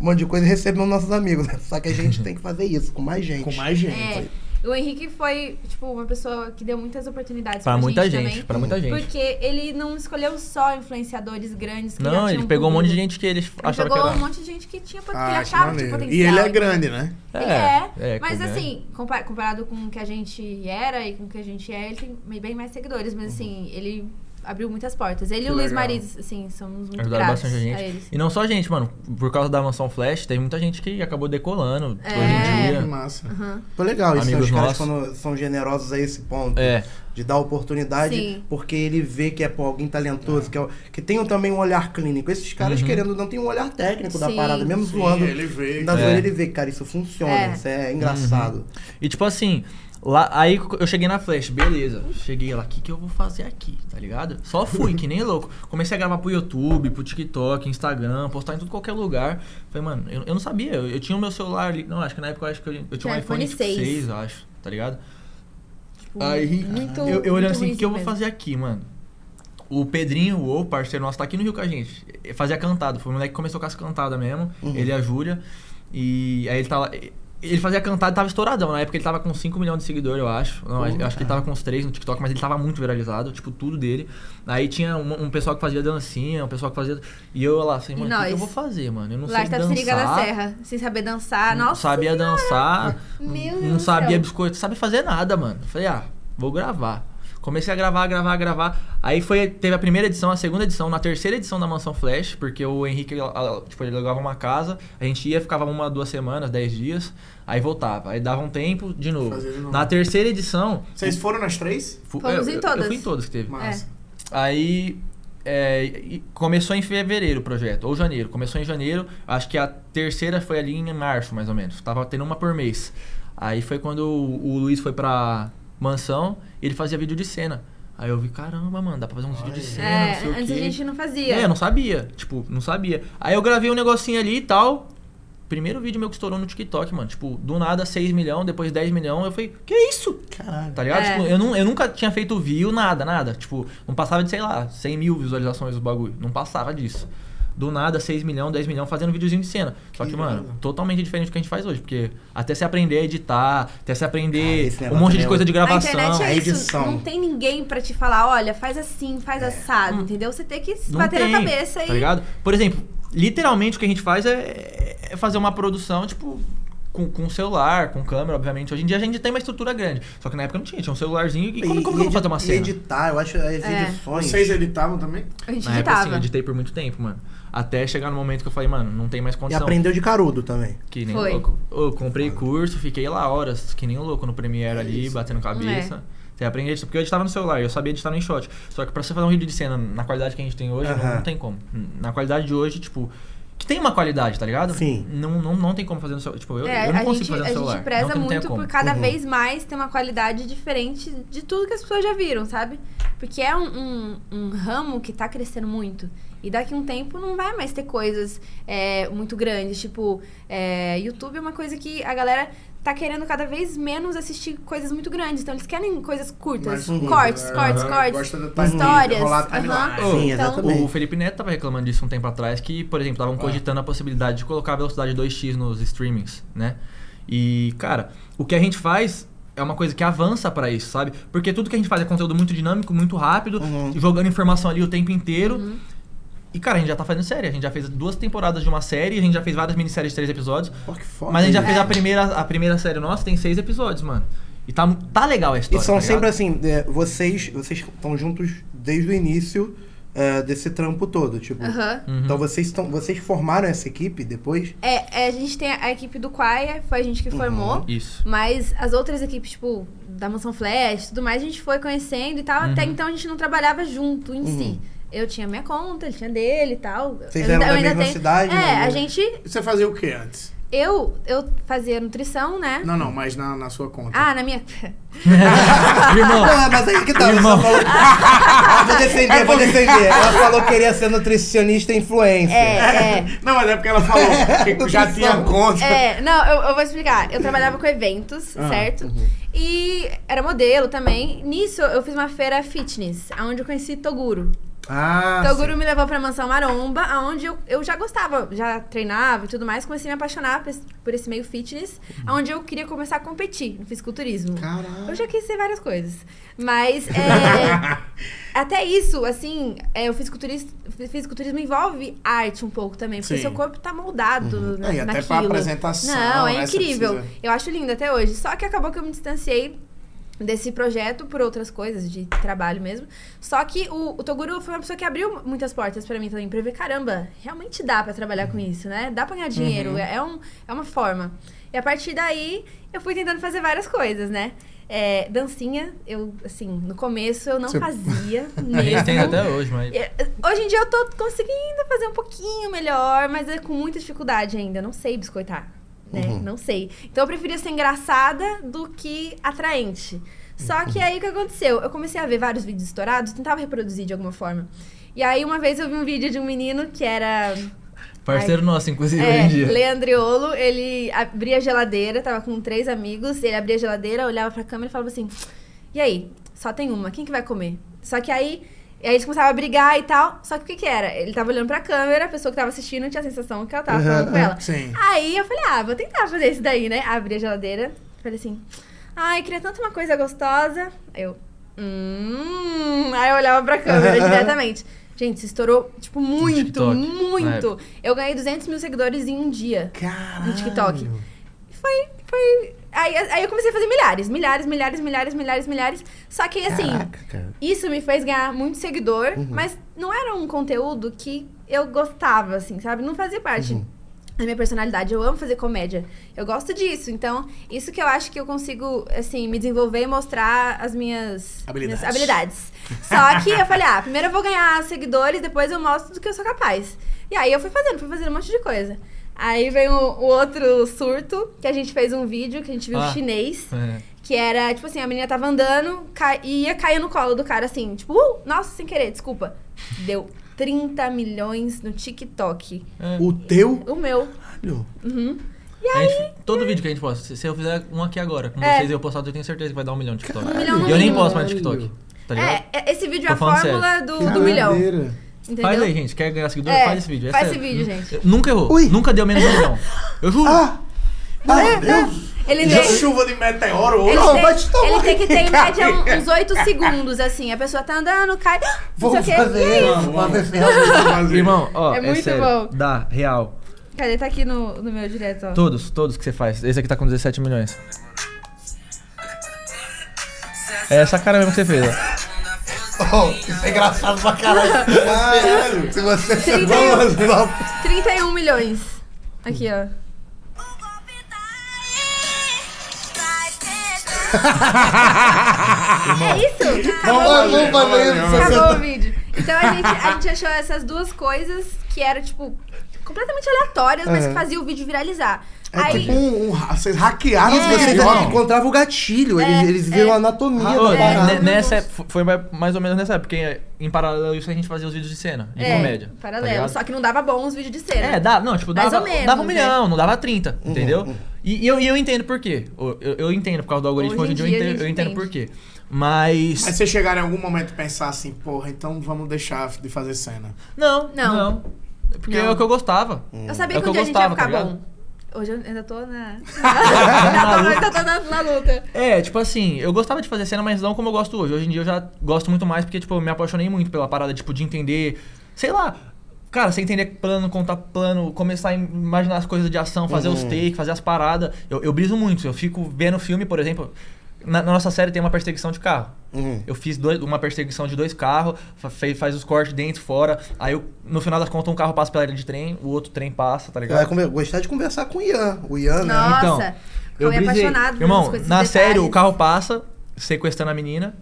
C: um monte de coisa e recebeu nossos amigos. né? Só que a
E: [laughs]
C: gente tem que fazer isso com mais gente.
B: Com mais gente.
D: é. O Henrique foi, tipo, uma pessoa que deu muitas oportunidades pra,
E: Pra muita
D: gente,
E: gente,
D: também.
E: pra muita gente.
D: Porque ele não escolheu só influenciadores grandes que já
E: Não, ele
D: tinham
E: pegou um monte de
D: público.
E: gente que ele
D: Ele
E: achava que
D: pegou
E: era.
D: um monte de gente que tinha, pot- que ele
B: Ah, que
D: achava que tinha
B: maneiro.
D: potencial.
B: E ele é grande, né?
D: Ele é,
E: é,
D: mas
E: como é.
D: assim, compa- comparado com o que a gente era e com o que a gente é, ele tem bem mais seguidores, mas
E: Uhum.
D: assim, ele abriu muitas portas. Ele e o
B: Que
D: Luiz
B: legal.
D: Mariz, assim, somos muito
E: Ajudaram
D: gratos
E: bastante a gente.
D: a eles.
E: E não só a gente, mano. Por causa da mansão Flash, tem muita gente que acabou decolando hoje
D: É.
B: Que
E: em dia.
B: massa.
C: Foi legal, isso
E: Amigos
C: os caras
E: nossos.
C: quando são generosos a esse ponto.
E: É.
C: De dar oportunidade,
D: Sim.
C: porque ele vê que é pô, alguém talentoso, que, é, o- que tem também um olhar clínico. Esses caras,
E: Uhum.
C: querendo ou não, tem um olhar técnico da
D: Sim.
C: parada, mesmo
B: Sim,
C: zoando.
B: ele vê.
C: Na
E: É.
C: zoeira ele vê, cara, isso funciona,
D: É.
C: isso é engraçado.
E: E tipo assim, lá, aí eu cheguei na Flash, beleza. Cheguei lá, o que, que eu vou fazer aqui, tá ligado? Só fui, que nem louco. Comecei a gravar pro YouTube, pro TikTok, Instagram, postar em tudo qualquer lugar. Falei, mano, eu, eu não sabia. Eu, eu tinha o meu celular ali. Não, acho que na época eu acho que eu, eu tinha um
D: Tinha
E: iPhone,
D: iPhone
E: 6.
D: 6,
E: eu acho, tá ligado?
D: Tipo,
B: Ah,
E: Aí,
D: muito-
E: eu,
D: muito
E: eu olhando assim, o
D: ruimzinho
E: que eu vou
D: mesmo.
E: fazer aqui, mano? O Pedrinho, o O, parceiro nosso, tá aqui no Rio com a gente. Eh, Fazia cantado. Foi o moleque que começou com as cantadas mesmo. Ele e a Júlia. E aí ele tava. Ele fazia cantado e tava estouradão. Na época ele tava com 5 milhões de seguidores, eu acho. Não, eu acho que ele tava com uns 3 no TikTok, mas ele tava muito viralizado, tipo, tudo dele. Aí tinha um, um pessoal que fazia dancinha, um pessoal que fazia. E eu lá assim,
D: E
E: mano, o que que, eu
D: nós?
E: vou fazer, mano? Eu não
D: Lá tá
E: sei
D: está Siriga da
E: dançar.
D: Serra, sem saber dançar.
E: Não
D: Nossa,
E: sabia dançar,
D: Meu Deus
E: não
D: do
E: sabia
D: céu.
E: biscoito, não sabia fazer nada, mano. Falei, ah, vou gravar. Comecei a gravar, gravar, gravar. Aí foi, teve a primeira edição, a segunda edição, na terceira edição da Mansão Flash, porque o Henrique, a- a- tipo, ele alugava uma casa, a gente ia, ficava uma, duas semanas, dez dias, aí voltava. Aí dava um tempo, de novo.
B: Fazia de novo.
E: Na terceira edição...
B: Vocês foram nas três?
E: fu- é,
D: Fomos
E: eu,
D: em
E: eu- Eu
D: todas.
E: fui em todas que teve.
D: É.
B: Massa.
E: Aí é, e- começou em fevereiro o projeto, ou janeiro. Começou em janeiro, acho que a terceira foi ali em março, mais ou menos. Tava tendo uma por mês. Aí foi quando o, o Luiz foi pra mansão e ele fazia vídeo de cena. Aí eu vi, caramba, mano, dá pra fazer uns vídeos de cena, não
D: É,
E: sei o
D: antes
E: quê.
D: a gente não fazia.
E: É, eu não sabia. Tipo, não sabia. Aí eu gravei um negocinho ali e tal. Primeiro vídeo meu que estourou no TikTok, mano. Tipo, do nada 6 milhões, depois 10 milhões. Eu falei, que isso? Caralho. Tá ligado?
D: É.
E: Tipo, eu, nu- eu nunca tinha feito view, nada, nada. Tipo, não passava de, sei lá, 100 mil visualizações do bagulho. Não passava disso. Do nada, 6 milhões, 10 milhões, fazendo videozinho de cena. Só que, mano, totalmente diferente do que a gente faz hoje. Porque até se aprender a editar, até se
C: Cara,
E: aprender
C: esse
E: um
C: negócio
E: monte de
C: é
E: coisa de
D: Na
E: gravação.
D: internet é
C: a
D: isso,
C: edição.
D: não tem ninguém pra te falar, olha, faz assim, faz assado, entendeu? Você tem que se
E: É. Hum. Não
D: bater
E: tem,
D: na cabeça
E: tá
D: e...
E: ligado? Por exemplo, literalmente o que a gente faz é, é fazer uma produção, tipo, com, com celular, com câmera, obviamente. Hoje em dia a gente tem uma estrutura grande. Só que na época não tinha, tinha um celularzinho. E como, como que eu vou
C: edi-
E: fazer uma cena?
C: E editar, eu acho é as
D: É.
C: edições.
B: Vocês é editavam também?
D: A gente
E: Na época, assim, eu
D: ditava.
E: editei por muito tempo, mano. Até chegar no momento que eu falei, mano, não tem mais
C: E
E: condição.
C: aprendeu de carudo também.
E: Que nem
D: Foi.
E: louco. Eu comprei curso, fiquei lá horas, que nem um louco no Premiere ali, batendo cabeça.
D: É.
E: Você aprende a editar, porque eu editava no celular, eu sabia editar no InShot. Só que pra você fazer um vídeo de cena na qualidade que a gente tem hoje, não,
C: Aham.
E: não tem como. Na qualidade de hoje, tipo. Que tem uma qualidade, tá ligado?
C: Sim.
E: Não, não, não tem como fazer no celular. Tipo, eu,
D: É,
E: eu não
D: a
E: consigo
D: gente,
E: fazer no
D: a
E: celular.
D: gente preza
E: não, que não tenha
D: muito
E: como. Uhum.
D: por cada vez mais ter uma qualidade diferente de tudo que as pessoas já viram, sabe? Porque é um, um- um ramo que tá crescendo muito. E daqui um tempo não vai mais ter coisas é, muito grandes. Tipo, é, YouTube é uma coisa que a galera tá querendo cada vez menos assistir coisas muito grandes. Então eles querem coisas curtas.
B: Mais curtas,
D: cortes,
B: é,
D: cortes,
B: aham,
D: cortes.
B: gosta do timeline,
D: Histórias.
B: rolar
D: aham. Então,
B: timeline.
E: Sim,
C: exatamente.
E: O Felipe Neto tava reclamando disso um tempo atrás, que, por exemplo,
C: Ah.
E: estavam cogitando a possibilidade de colocar a velocidade 2x nos streamings, né? E, cara, o que a gente faz é uma coisa que avança pra isso, sabe? Porque tudo que a gente faz é conteúdo muito dinâmico, muito rápido,
C: Uhum.
E: jogando informação ali o tempo inteiro. E, cara, a gente já tá fazendo série. A gente já fez duas temporadas de uma série, a gente já fez várias minisséries de três episódios.
C: Pô, que foda.
E: Mas a gente já
C: isso.
E: fez a primeira, a primeira série nossa, tem seis episódios, mano. E tá, tá legal a
C: E
E: história.
C: são
E: tá ligado?
C: sempre assim, é, vocês vocês estão juntos desde o início é, desse trampo todo, tipo.
D: Aham.
E: Uhum.
C: Então vocês estão vocês formaram essa equipe depois?
D: É, é, a gente tem a equipe do Quaia, foi a gente que formou.
E: Isso. [laughs]
D: Mas as outras equipes, tipo, da Mansão Flash, tudo mais, a gente foi conhecendo e tal.
C: Uhum.
D: Até então a gente não trabalhava junto em si. Eu tinha minha conta, ele tinha dele e tal.
C: Vocês
D: eu,
C: eram da
D: ainda- eu ainda
C: mesma
D: tenho-
C: cidade,
D: É,
C: né?
D: a gente.
B: E Você fazia o que antes?
D: Eu, eu fazia nutrição, né?
B: Não, não, mas na, na sua conta.
D: Ah, na minha. [laughs]
E: Irmão,
C: Ah, mas aí que tá, você falou.
E: [laughs]
C: Eu vou defender,
E: É
C: eu vou defender. Ela falou que queria ser nutricionista influencer.
D: É, é.
B: Não, mas é porque ela
D: [laughs]
B: falou que já tinha conta.
D: É, não, eu, eu vou explicar. Eu trabalhava com eventos,
C: Ah,
D: certo?
C: uhum.
D: E era modelo também. Nisso, eu fiz uma feira fitness, onde eu conheci Toguro.
B: Ah,
D: Toguro Então, me levou pra Mansão Maromba, onde eu, eu já gostava, já treinava e tudo mais. Comecei a me apaixonar por esse, por esse meio fitness, onde eu queria começar a competir no fisiculturismo.
B: Caralho.
D: Eu já quis ser várias coisas.
B: [laughs]
D: Mas é, até isso, assim, é, o fisiculturismo, fisiculturismo envolve arte um pouco também. Porque
B: Sim.
D: seu corpo tá moldado na,
B: É, e até pra
D: naquilo.
B: apresentação,
D: Não, é
B: né, você
D: incrível.
B: precisa-
D: Eu acho lindo até hoje. Só que acabou que eu me distanciei desse projeto por outras coisas de trabalho mesmo. Só que o, o Toguro foi uma pessoa que abriu muitas portas pra mim também, pra eu ver, caramba, realmente dá pra trabalhar com isso, né? Dá pra ganhar
E: Uhum.
D: dinheiro, é, é um, é uma forma. E a partir daí, eu fui tentando fazer várias coisas, né? É, dancinha, eu, assim, no começo eu não fazia
E: [laughs]
D: mesmo.
E: a gente tem até hoje, mas.
D: É, Hoje em dia eu tô conseguindo fazer um pouquinho melhor, mas é com muita dificuldade ainda. Eu Não sei biscoitar, né? Não sei. Então eu preferia ser engraçada do que atraente. Só que aí o que aconteceu? Eu comecei a ver vários vídeos estourados, tentava reproduzir de alguma forma. E aí uma vez eu vi um vídeo de um menino que era
E: Parceiro nosso, inclusive, assim, hoje
D: é,
E: em dia.
D: Leandriolo, ele abria a geladeira, tava com três amigos, ele abria a geladeira, olhava pra câmera e falava assim: E aí, só tem uma, quem que vai comer? Só que aí, e aí eles começavam a brigar e tal. Só que o que que era? Ele tava olhando pra câmera, a pessoa que tava assistindo tinha a sensação que ela tava falando com ela.
B: Sim.
D: Aí eu falei, ah, vou tentar fazer isso daí, né? Abri a geladeira, falei assim, ai, queria tanto uma coisa gostosa. Aí eu, hum... Aí eu olhava pra câmera diretamente. Gente, isso estourou, tipo, muito,
E: TikTok,
D: muito. Eu ganhei 200 mil seguidores em um dia
B: Caralho.
D: no TikTok. Foi, foi... Aí, aí eu comecei a fazer milhares, milhares, milhares, milhares, milhares, milhares. Só que, assim,
C: cara.
D: isso me fez ganhar muito seguidor, mas não era um conteúdo que eu gostava, assim, sabe? Não fazia parte da minha personalidade. Eu amo fazer comédia. Eu gosto disso. Então, isso que eu acho que eu consigo, assim, me desenvolver e mostrar as minhas
B: Habilidades.
D: minhas habilidades. Só que eu falei, ah, primeiro eu vou ganhar seguidores, depois eu mostro do que eu sou capaz. E aí eu fui fazendo, fui fazendo um monte de coisa. Aí veio o, o outro surto, que a gente fez um vídeo, que a gente viu
E: Ah.
D: chinês.
E: É.
D: Que era, tipo assim, a menina tava andando ca- e ia cair no colo do cara, assim, tipo, uh, nossa, sem querer, desculpa. Deu 30 milhões no TikTok.
B: O teu?
D: O meu. Uhum.
E: A gente- todo vídeo que a gente posta, se, se eu fizer um aqui agora com
D: É.
E: vocês e eu postar, eu tenho certeza que vai dar um milhão de TikTok.
D: Um milhão no
E: e eu nem
D: mínimo.
E: posto mais TikTok. Tá ligado?
D: É, é, esse vídeo é
E: Tô
D: a
E: falando
D: fórmula do, do milhão. Entendeu?
E: Faz aí, gente. Quer ganhar seguidor?
D: É,
E: faz esse vídeo. É
D: faz
E: sério.
D: esse vídeo,
E: N-
D: gente.
E: Nunca errou.
C: Ui.
E: Nunca deu menos de um milhão. Eu juro.
D: É,
C: Ah, eu-
D: Ele
B: Já
D: tem.
B: chuva de meteoro hoje.
D: Ele,
C: Não,
D: tem,
C: vai te tomar
D: ele tem que ter em média
B: cara.
D: um- uns 8 segundos, assim. A pessoa tá andando, cai. [gasps] Não sei o
C: Vamos
D: quê.
C: fazer, vamos fazer ferro.
E: Irmão, ó,
D: É
E: é,
D: muito
E: sério.
D: bom.
E: Dá, real.
D: Cadê? Tá aqui no, no meu direto, ó.
E: Todos, todos que você faz. Esse aqui tá com 17 milhões. É essa cara mesmo que você fez, ó.
C: Oh, isso é engraçado pra caralho. Se você... Se você...
D: 31,
C: Vamos-
D: 31 milhões. Aqui, ó.
H: tá
D: É isso? Acabou o
C: Vamos
D: vídeo.
C: vamos fazer isso. se
D: Acabou o
C: você-
D: vídeo. Então a gente, a gente achou essas duas coisas que eram, tipo, completamente aleatórias,
C: É.
D: mas que fazia o vídeo viralizar.
B: É
D: Aí, É.
B: tipo um, um ra- Vocês hackearam os
D: [laughs]
C: Vocês
B: meteoros.
C: encontravam o gatilho, eles, eles viram a anatomia
D: Ah,
E: Ô,
C: da
E: ne-
C: parada.
D: né?
E: ne- nessa, f- foi mais- mais ou menos nessa época, porque em paralelo a isso a gente fazia os vídeos de cena, de
D: é,
E: comédia. tá
D: paralelo.
E: ligado?
D: só que não dava bom os vídeos de cena.
E: É, dá, não, tipo,
D: Mais
E: dava,
D: ou menos,
E: dava um
D: né?
E: milhão, não dava 30, entendeu? E, e eu, e eu entendo por quê. Eu, eu- eu entendo por causa do algoritmo,
D: Hoje
E: hoje
D: em
E: em dia eu
D: dia a
E: entendo,
D: gente
E: eu entendo por
D: entende.
E: quê. Mas...
B: Mas vocês chegaram em algum momento e pensar assim, porra, então vamos deixar de fazer cena.
E: Não,
D: Não.
E: não. Porque
D: Não.
E: é o que eu gostava.
D: Eu sabia
E: É
D: que
E: o
D: um
E: que
D: dia
E: eu
D: a gente ia
E: gostava,
D: ficar
E: tá
D: bom.
E: ligado?
D: Hoje eu ainda tô
E: [laughs]
D: na. [laughs] ainda tô na, na luta.
E: É, tipo assim, eu gostava de fazer cena, mas não como eu gosto hoje. Hoje em dia eu já gosto muito mais porque, tipo, eu me apaixonei muito pela parada, tipo, de entender, sei lá. Cara, você entender plano, contar plano, começar a im- imaginar as coisas de ação, fazer os takes, fazer as paradas. Eu, eu briso muito. Eu fico vendo filme, por exemplo. Na, na nossa série tem uma perseguição de carro. Eu fiz dois- uma perseguição de dois carros, fa- fe- faz os cortes dentro, fora. Aí, eu- no final das contas, um carro passa pela linha de trem, o outro trem passa, tá
C: Eu ia
E: ligado?
C: come- gostar de conversar com o Ian. O Ian, né?
D: Nossa,
E: então,
D: eu fui
E: brisei.
D: apaixonado por essas
E: Irmão,
D: coisas,
E: na
D: esses
E: série, o
D: detalhes.
E: carro passa, sequestrando a menina.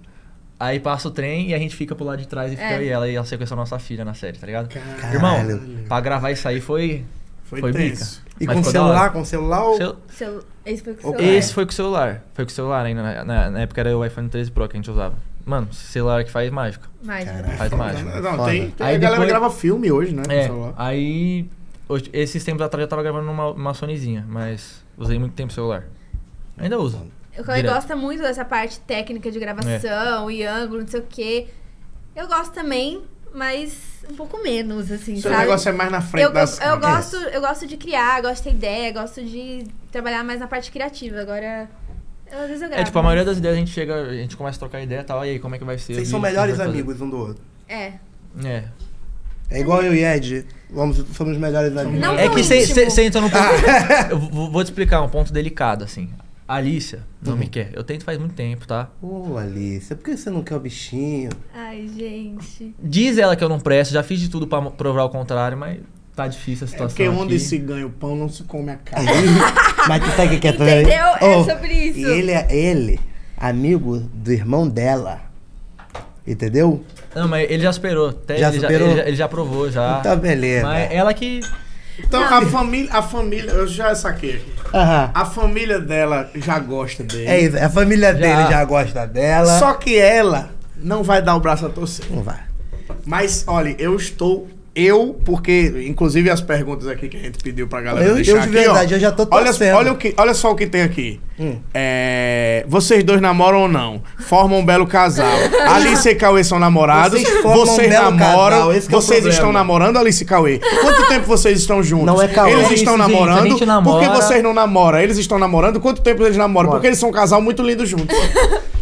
E: Aí passa o trem e a gente fica pro lado de trás e fica
D: É.
E: eu e ela. E ela sequestra a nossa filha na série, tá ligado?
C: Caralho.
E: Irmão, pra gravar isso aí foi.
A: Foi,
E: Foi
A: tenso.
C: E
E: Mas
C: com o
E: ficou da hora.
C: celular, É. com o celular ou...
E: Seu-
D: Seu- esse foi o que seu é,
E: Esse foi com o celular. Foi com o celular ainda. Na, na- na época era o iPhone 13 Pro que a gente usava. Mano, celular que faz mágica.
D: Mágica.
E: Faz né? mágica.
B: Não, tem, tem
E: Aí
B: a galera
E: depois-
B: grava filme hoje, né? com
E: É,
B: celular.
E: aí. hoje- Esses tempos atrás eu tava gravando numa uma Sonyzinha, mas usei muito tempo o celular. Ainda uso.
D: O Cauê
E: Direto.
D: gosta muito dessa parte técnica de gravação e ângulo, não sei o quê. Eu gosto também, mas um pouco menos, assim,
B: Seu
D: sabe?
B: negócio é mais na frente
D: Eu,
B: das
D: eu, eu
B: câmeras.
D: gosto, eu gosto de criar, gosto de ter ideia, gosto de trabalhar mais na parte criativa. Agora, eu- às vezes eu gravo.
E: É tipo, a
D: mas-
E: maioria das ideias a gente chega, a gente começa a trocar ideia e tal, e aí como é que vai ser? o
C: Vocês
E: vídeo,
C: são
E: o que a gente
C: melhores
E: vai fazer?
C: amigos um do outro.
D: É.
E: É.
C: É igual eu e Ed. Vamos, somos melhores amigos.
D: Não tipo
E: é
D: tão
E: que
D: íntimo.
E: você entra num ponto. [laughs] eu vou vou te explicar um ponto delicado, assim. A Alicia não
C: Uhum.
E: me quer. Eu tento faz muito tempo, tá?
C: Ô, Alice, por que você não quer o bichinho?
D: Ai, gente.
E: Diz ela que eu não presto, já fiz de tudo pra mo- provar o contrário, mas tá difícil a
B: É
E: situação.
B: porque
C: um
B: onde
E: aqui.
B: se ganha o pão não se come a
C: Aí,
B: carne.
C: Mas tu sabe o que que é também?
D: Entendeu? É
C: Ô,
D: sobre isso.
C: E ele, é- ele, amigo do irmão dela. Entendeu?
E: Não, mas ele já esperou. Até
C: Já
E: ele,
C: superou?
E: Já, ele, já, ele já provou, já.
C: Então, beleza.
E: Tá. Mas é- ela que.
B: Então a família, a família, eu já saquei. aqui.
C: Aham.
B: A família dela já gosta dele.
C: É isso, a família dele já gosta dela.
B: Só que ela não vai dar o braço a torcer.
C: Não vai.
B: Mas, olha, eu estou. Eu, porque, inclusive, as perguntas aqui que a gente pediu pra galera
C: Eu-
B: deixar
C: eu de
B: aqui,
C: verdade,
B: ó.
C: eu já tô
B: olha,
C: torcendo. Hum.
B: olha, o que, olha só o que tem aqui. É, vocês dois namoram ou não? Formam um belo
C: [laughs]
B: casal. Alice e Cauê são namorados.
C: Vocês
B: Vocês,
C: formam um belo
B: namoram.
C: casal, esse que é o
B: vocês
C: problema.
B: estão namorando, Alice e Cauê? Quanto tempo vocês estão juntos?
C: Não é Cauê.
B: Eles
C: É
E: isso,
B: estão
E: gente, a
B: namorando.
E: gente
B: Por que
E: namora.
B: vocês não namoram? Eles estão namorando. Quanto tempo eles namoram? Porque eles são um casal muito lindo juntos.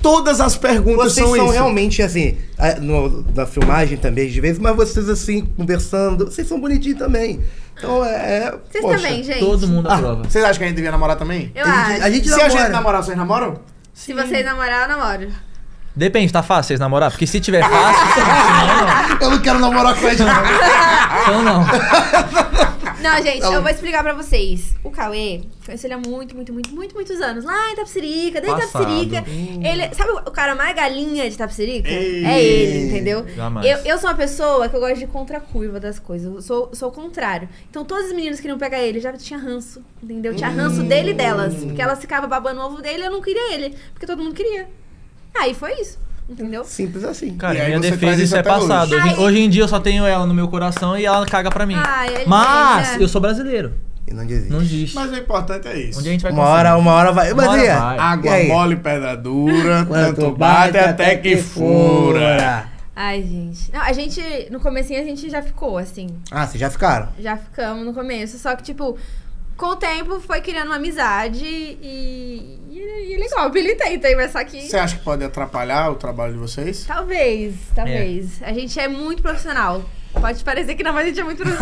B: Todas as perguntas
C: Vocês são,
B: isso.
C: realmente assim, a- no- na filmagem também de vez, mas vocês assim, conversando, vocês são bonitinhos também. Então é. é-
D: Vocês
C: poxa,
D: também, gente.
E: Todo mundo aprova.
C: Ah.
B: Vocês acham que a gente devia namorar também?
D: Eu
C: A gente,
D: acho.
C: a gente
B: Se
C: namora.
B: a gente namorar, vocês namoram?
D: Se vocês namorar, eu namoro.
E: Depende, tá fácil vocês namorar? Porque se tiver fácil, [laughs]
C: Eu não quero namorar com a gente, não.
E: então não. Tá,
D: Não, gente, eu vou explicar pra vocês. O Cauê, conheço ele há muito, muito, muito, muito, muitos anos. Lá em Tapsirica, dentro de
E: Passado. Hum.
D: Tapsirica. Ele, sabe o cara mais galinha de Tapsirica?
B: Ei.
D: É ele, entendeu?
E: Jamais.
D: Eu, eu sou uma pessoa que eu gosto de contracurva das coisas. Eu sou, sou o contrário. Então, todos os meninos que queriam pegar ele, já tinha ranço, entendeu? Tinha ranço dele e delas.
E: Hum.
D: Porque elas ficavam babando o ovo dele e eu não queria ele. Porque todo mundo queria. Aí foi isso, entendeu?
C: Simples assim.
E: Cara,
B: E aí
E: minha
B: você faz
E: defesa
B: isso
E: isso é
B: até hoje.
E: passado. Hoje.
D: Ai.
E: hoje em dia eu só tenho ela no meu coração e ela caga pra mim.
D: Ai, ele é.
E: Mas
D: ainda-
E: eu sou brasileiro.
C: E não desiste.
E: Não
B: [laughs]
E: existe.
B: Mas o importante é isso.
E: Um dia a gente vai
C: Uma
E: conseguir.
C: hora, uma hora vai.
E: Uma
C: Mas
E: hora
C: Ian,
E: vai.
B: Água
C: E aí?
B: mole, pedra dura,
C: quanto
B: tanto bate até que fura.
D: Ai, gente. Não, a gente, no comecinho, a gente já ficou, assim.
C: Ah, vocês já ficaram?
D: Já ficamos no começo, só que, tipo, com o tempo foi criando uma amizade e, e, ele- e ele golpe, tá? ele tenta, mas só que.
B: Você acha que pode atrapalhar o trabalho de vocês?
D: Talvez, talvez. A gente é muito profissional. Pode parecer que não, mas a gente é muito
C: [laughs]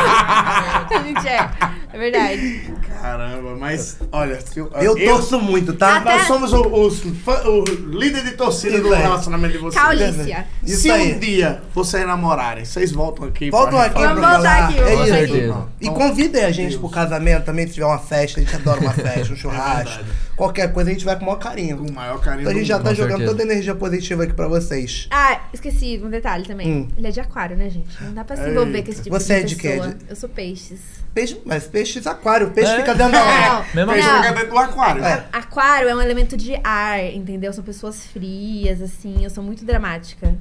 D: profissional. a gente é, é verdade.
B: Caramba, mas olha, se eu,
C: Eu torço muito, tá?
D: Até-
B: Nós somos o, os fã- o líder de torcida do
C: Isso aí.
B: relacionamento de vocês.
D: Caulícia.
C: Isso
B: Se
C: aí.
B: um dia vocês namorarem, vocês voltam aqui.
C: Voltam
B: pra
C: aqui
D: Vamos
C: pra
D: voltar
C: falar.
D: aqui, vamos
C: É
E: voltar
C: isso.
E: aqui.
C: E convidem a gente pro casamento também, se tiver uma festa, a gente adora uma festa, um churrasco. qualquer coisa a gente vai com o maior carinho.
B: Com o maior carinho
C: Então a gente
B: do
C: já tá
E: Com
C: jogando
E: certeza.
C: toda a energia positiva aqui pra vocês.
D: Ah, esqueci um detalhe também. Ele é de aquário, né, gente? Não dá pra se envolver com esse tipo
C: Você Hum. é
D: de
C: de quê?
D: pessoa. Eu
C: [laughs]
D: sou peixes.
C: Peixe, mas peixe aquário, peixe
E: É?
C: fica dentro
D: [laughs]
C: da água.
E: Mesma
B: Peixe
E: coisa.
B: fica dentro do aquário.
C: É.
D: Aquário é um elemento de ar, entendeu? São pessoas frias, assim. Eu sou muito dramática.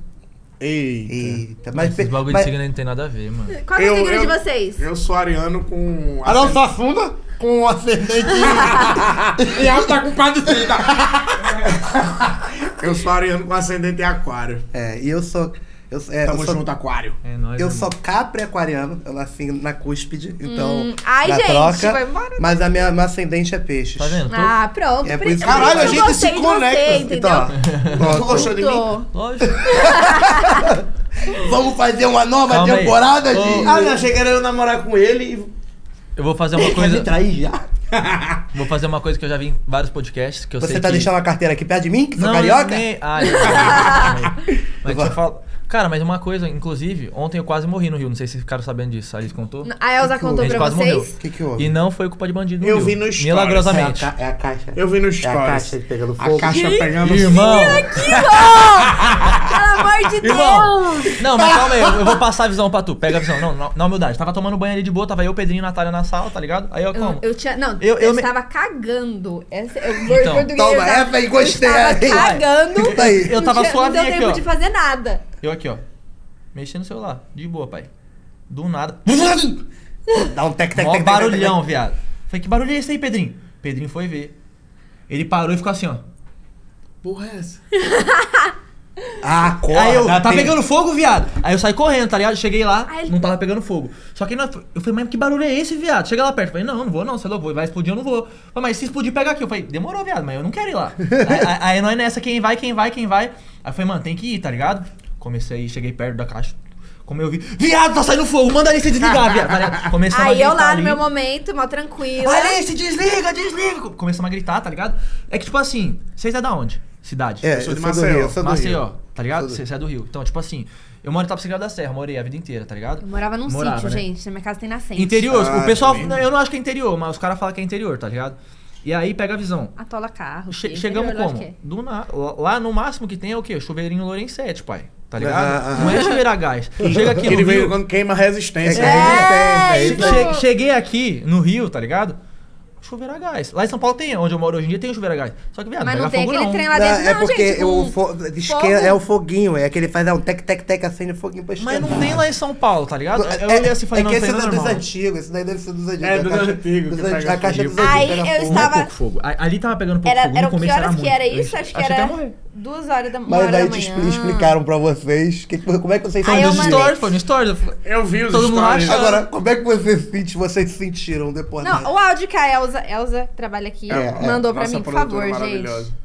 B: Eita.
C: Eita, mas,
E: Esses
C: pe-
E: bagulho
C: mas-
E: de signo não tem nada a ver, mano.
D: Qual que é
B: Eu-
D: o segredo
B: eu-
D: de vocês?
B: Eu sou ariano com.
C: A nossa afunda com o ascendente.
E: [laughs]
B: E ela tá com quadricida. Eu sou ariano com ascendente em aquário.
C: é, e eu sou. Eu, sou- é,
B: Tamo
C: eu sou,
B: junto, aquário.
E: É nóis.
C: Eu
E: irmão.
C: sou capri aquariano, eu nasci na cúspide, então.
D: Hum, ai,
C: na
D: gente,
C: troca,
D: vai embora. né?
C: Mas a minha, meu ascendente é peixes.
E: Tá vendo? Tô-
D: Ah, pronto.
C: É
D: por
C: por
D: isso
C: isso
D: que
C: que-
D: eu
B: Caralho, a gente
D: gostei
B: se
D: de
B: conecta.
E: tá?
D: Você, entendeu?
C: Então,
B: [laughs] Tu gostou de mim?
D: Tô.
E: Lógico.
C: vamos fazer uma nova
E: Calma aí.
C: temporada de.
E: Ô,
B: Ah, não, achei que era eu namorar com ele e.
E: Eu vou fazer uma
C: [laughs] Quer me
E: coisa.
C: trair já?
E: [laughs] Vou fazer uma coisa que eu já vi em vários podcasts que eu
C: Você
E: sei
C: tá
E: que-
C: deixando a carteira aqui perto de mim, que sou
E: não,
C: carioca?
E: nem- Ah, eu...
C: [laughs]
E: mas deixa eu falar. Cara, mas uma coisa, inclusive, ontem eu quase morri no Rio. Não sei se vocês ficaram sabendo disso. A Alice contou.
D: A Elza contou
E: A gente
D: pra
E: quase
D: vocês.
E: morreu.
C: Que que houve?
E: E não foi culpa de bandido no
B: Eu
E: Rio.
B: vi no stories.
E: Milagrosamente.
C: É a, ca- é a caixa.
B: Eu vi no
C: É a caixa
B: stories.
C: pegando
B: A
C: fogo.
B: caixa pegando
E: Irmão! [laughs]
D: Pelo amor de
E: Irmão!
D: Deus!
E: Não, mas calma aí, eu eu vou passar a visão pra tu. Pega a visão. Não, na, na humildade. Tava tomando banho ali de boa, tava eu, Pedrinho e Natália na sala, tá ligado? Aí eu como?
D: Eu, eu tinha. Não,
E: Eu-
D: eu,
E: eu me-
D: estava cagando. Essa, eu, então, português,
C: toma,
D: eu tava-
C: é, véi, gostei,
D: Eu estava
C: aí.
D: cagando.
C: Tá aí.
E: Eu tava
D: não tinha-
E: suavinho
D: Não deu
E: aqui,
D: tempo
E: ó.
D: de fazer nada.
E: Eu aqui, ó. Mexendo no celular. De boa, pai.
B: [laughs]
E: Do nada.
C: Dá um tec, tec, tec,
E: Mó
C: tec.
E: barulhão, viado. Falei, que barulho é esse aí, Pedrinho? Pedrinho foi ver. Ele parou e ficou assim, ó.
B: Porra, é essa?
C: Ah, acorda.
E: aí eu, tá
C: Pedro.
E: pegando fogo, viado? Aí eu saí correndo, tá ligado? Cheguei lá,
D: Aí ele-
E: não tava pegando fogo. Só que na- eu falei, mas que barulho é esse, viado? Chega lá perto. Falei, não, não vou não, você é louco, vai explodir, eu não vou. Falei, mas se explodir, pega aqui. Eu falei, demorou, viado, mas eu não quero ir lá. aí, aí- aí nós nessa, quem vai, quem vai, quem vai. Aí eu falei, mano, tem que ir, tá ligado? Comecei, cheguei perto da caixa. Como eu vi, viado, tá saindo fogo, manda ali se desligar, viado. Tá
D: [laughs]
E: ligado? Começamos a
D: Aí eu
E: gritar
D: lá
E: ali.
D: no meu momento, né? mal tranquila.
E: Alice, desliga, desliga! Co- Começamos a gritar, tá ligado? É que, tipo assim, vocês é da onde? Cidade.
C: É,
B: sou
C: eu sou
B: de
C: do
B: Maceió.
C: Rio, eu sou do
E: Maceió,
C: Rio.
E: tá
C: Sou
E: ligado?
C: do-
E: Você é do Rio. Então, tipo assim, eu moro em Tapsigueira da Serra, morei a vida inteira, tá ligado?
D: Eu morava num
E: Morava,
D: sítio,
E: né?
D: gente. Na minha casa tem nascente.
E: Interior,
B: Ah,
E: o pessoal.
B: também.
E: não, Eu não acho que é interior, mas os caras falam que é interior, tá ligado? E aí pega a visão.
D: Atola carro.
E: Che-
D: que
E: chegamos
D: Ah, interior,
E: como?
D: lógico que é.
E: Do na- Lá no máximo que tem é o quê? Chuveirinho Lorenzetti, pai. Tá ligado?
B: Ah, ah,
E: não é chuveira a gás. Chega aqui
B: Ele
E: no
B: veio
E: Rio,
B: quando queima a
C: É,
B: resistência.
C: é,
E: Che-
C: isso aí.
E: che- cheguei aqui no Rio, tá ligado? Chuveiro a gás. Lá em São Paulo tem, onde eu moro hoje em dia tem um chuveiro a gás. Só que, viado,
D: Mas não
E: pega
D: tem
E: fogo,
D: aquele
E: não.
D: trem lá
C: Não,
D: dentro, não,
C: é porque
D: gente, tipo,
C: o
D: com
C: fo- diz
D: fogo.
C: que é, é o foguinho, é que ele faz é, um tec, tec, tec, acende o foguinho pra
E: Mas
C: esquerda.
E: não tem lá em São Paulo, tá ligado? Eu
C: é,
E: olhei assim e falei,
C: é
E: não,
C: que
E: isso
C: esse
E: aí
C: é
E: não é
C: dos
E: normal.
C: antigos, esse daí deve ser dos antigos.
B: É,
C: a
B: dos
C: caixa-
B: antigos que
C: dos anti-
B: pega
C: A caixa
B: fogo.
C: dos antigos.
D: Aí
C: pega
D: eu
C: fogo.
E: Não é
D: Tava-
E: pouco fogo. A- Ali tava pegando pouco
D: Era,
E: fogo.
D: era
E: no começo
D: que horas
E: era
D: que era
E: muito.
D: isso?
E: Eu
D: Acho que
E: achei
D: era
E: ia morrer.
D: duas horas da, uma
C: Mas
D: hora
C: daí
D: da
C: te
D: manhã.
C: expli- explicaram pra vocês que- como é que vocês
D: Aí
E: Foi
D: eu
E: no
C: sentiram.
D: mandei-
E: story, foi no story. eu falei-
B: Eu vi os
E: Todo mundo
B: stories.
E: racha.
C: Agora, como é que vocês senti- vocês sentiram depois
D: Não, o áudio que a Elza, Elza que trabalha aqui,
C: É,
D: mandou pra
B: Nossa
D: mim, por
B: produtora
D: favor,
B: maravilhosa.
D: gente.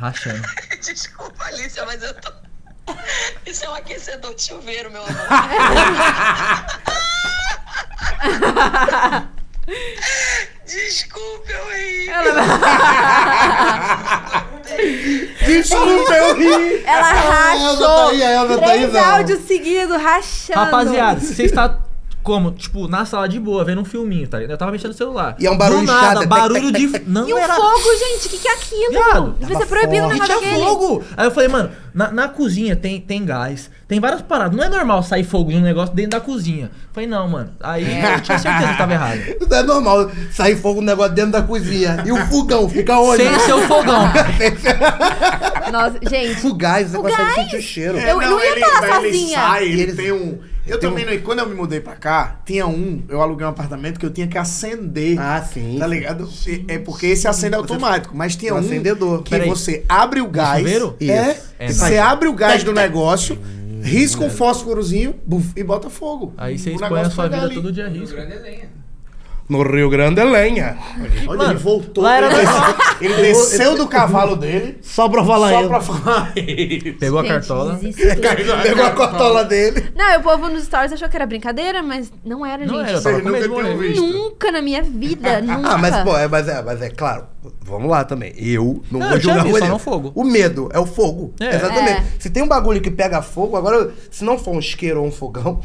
E: Rachando.
J: Desculpa, Alicia, mas eu
I: [laughs]
J: tô. Isso é um aquecedor de chuveiro, meu amor. Desculpa, eu ri.
C: Desculpa, eu ri!
D: Ela
C: Elza tá
D: rachou
C: aí, a Elza tá aí,
D: três
C: não.
D: áudios seguidos, rachando.
E: Rapaziada, você está como? Tipo, na sala de boa, vendo um filminho, tá ligado? Eu tava mexendo no celular.
C: E é um barulho
E: Do nada,
C: chato, tec,
E: barulho
C: tec,
E: de.
C: tec, tec.
E: Não
D: E o
E: era.
D: fogo, gente, o que, que é aquilo?
E: Viado,
D: Devia ser
C: tava
D: proibido um
C: forte.
E: E
D: negócio
E: tinha
D: daquele.
E: fogo! Aí eu falei, mano, na, na cozinha tem, tem gás, tem várias paradas. Não é normal sair fogo de um negócio dentro da cozinha. Falei, não, mano. Aí eu tinha certeza que
C: [laughs]
E: tava errado.
C: Não é normal sair fogo um negócio dentro da cozinha. E o fogão fica onde?
E: Sem ser o fogão.
D: Nossa, gente,
C: Fugaz, você
D: O
C: consegue
D: gás?
C: sentir o cheiro.
D: Eu- não ia pra lá
B: daí Ele
D: sozinha.
B: sai, ele
C: Eles-
B: tem um. Eu também não. Quando eu me mudei pra cá, tinha um. Eu aluguei um apartamento que eu tinha que acender.
C: Ah, sim.
B: Tá ligado? É é porque esse acende automático, mas tinha
C: Um
B: um
C: acendedor.
B: que
E: Peraí.
B: você abre o gás.
E: chuveiro?
B: É,
C: Isso.
E: É,
B: e
E: mas-
B: você abre o gás do negócio, risca um fósforozinho buf, e bota fogo.
E: Aí você
B: O
E: expõe a
B: negócio
E: sua
B: pega
E: vida
B: ali.
E: todo dia a
G: Rio
E: risco.
G: Grande é lenha.
C: No Rio Grande é lenha.
B: Olha, ele voltou.
E: lá era
B: ele desceu- [laughs] ele desceu do cavalo dele
C: Só pra falar
B: só
C: isso.
B: pra falar isso.
E: Pegou
D: gente,
E: a cartola.
D: desespero.
C: Pegou a cartola dele.
D: Não, e o povo nos stories achou que era brincadeira, mas não era,
E: Não
D: gente.
E: era,
B: Vocês
E: tava com
B: nunca
E: medo de
B: tinham
E: morrer.
B: visto.
D: Nunca na minha vida, nunca.
C: Ah, mas, pô, é, mas, é, mas é claro, vamos lá também. Eu não,
E: Não,
C: vou
E: eu tinha
C: julgar
E: visto,
C: o
E: só
C: olho.
E: não fogo.
C: O medo é o fogo.
E: É.
C: Exatamente.
D: É.
C: Se tem um bagulho que pega fogo, agora, se não for um isqueiro ou um
D: [laughs]
C: fogão,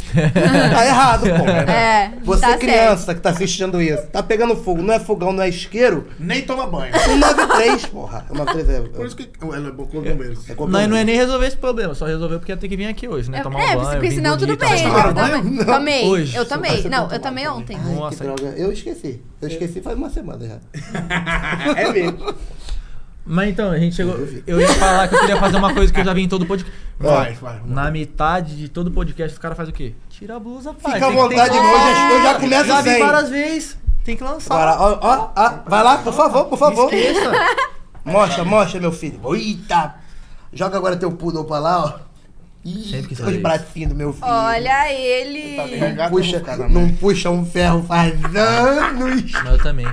C: tá errado, pô. né?
D: É,
C: Você,
D: tá
C: criança que tá assistindo isso, tá pegando fogo, não é fogão, não é isqueiro,
B: Nem toma banho.
C: 193, porra. 193 é.
B: Por isso que ela é boa com bombeiros.
C: é
E: Não, e não é nem resolver esse problema, só resolver porque ia ter que vir aqui hoje, né?
D: Eu-
E: Tomar
D: é,
E: um banho,
D: porque
E: vir
D: senão tudo
E: bonita,
D: bem.
E: né?
C: Claro,
D: Eu também.
C: não.
D: Tomei.
E: Hoje,
D: eu
E: só
D: tomei.
C: você
D: Não,
C: pode tomar
D: eu tomei
C: também.
D: ontem.
E: Ai,
C: Que
E: Nossa,
C: droga. Eu esqueci. Eu esqueci faz uma semana já.
B: É mesmo.
E: Mas então, a gente chegou. Eu ia falar que eu queria fazer uma coisa que eu já vi em todo podcast.
B: Vai, vai.
E: Na metade de todo podcast, os caras fazem o quê? Tira a blusa, pai.
C: Fica à
E: Tem que- tem
C: vontade,
E: que-
C: irmão, eu já- eu já
E: Já
C: começo
E: vi
C: sem.
E: várias vezes. Tem que lançar.
C: Agora, ó, ó, ó, vai lá, por favor, por favor.
E: Esqueça.
C: Mostra, mostra, meu filho. Eita! Joga agora teu poodle pra lá, ó. Ih,
E: Sempre quis fazer
C: os
E: isso.
C: bracinhos do meu filho.
D: Olha ele.
C: Não puxa, não puxa um ferro faz anos.
E: Mas eu também.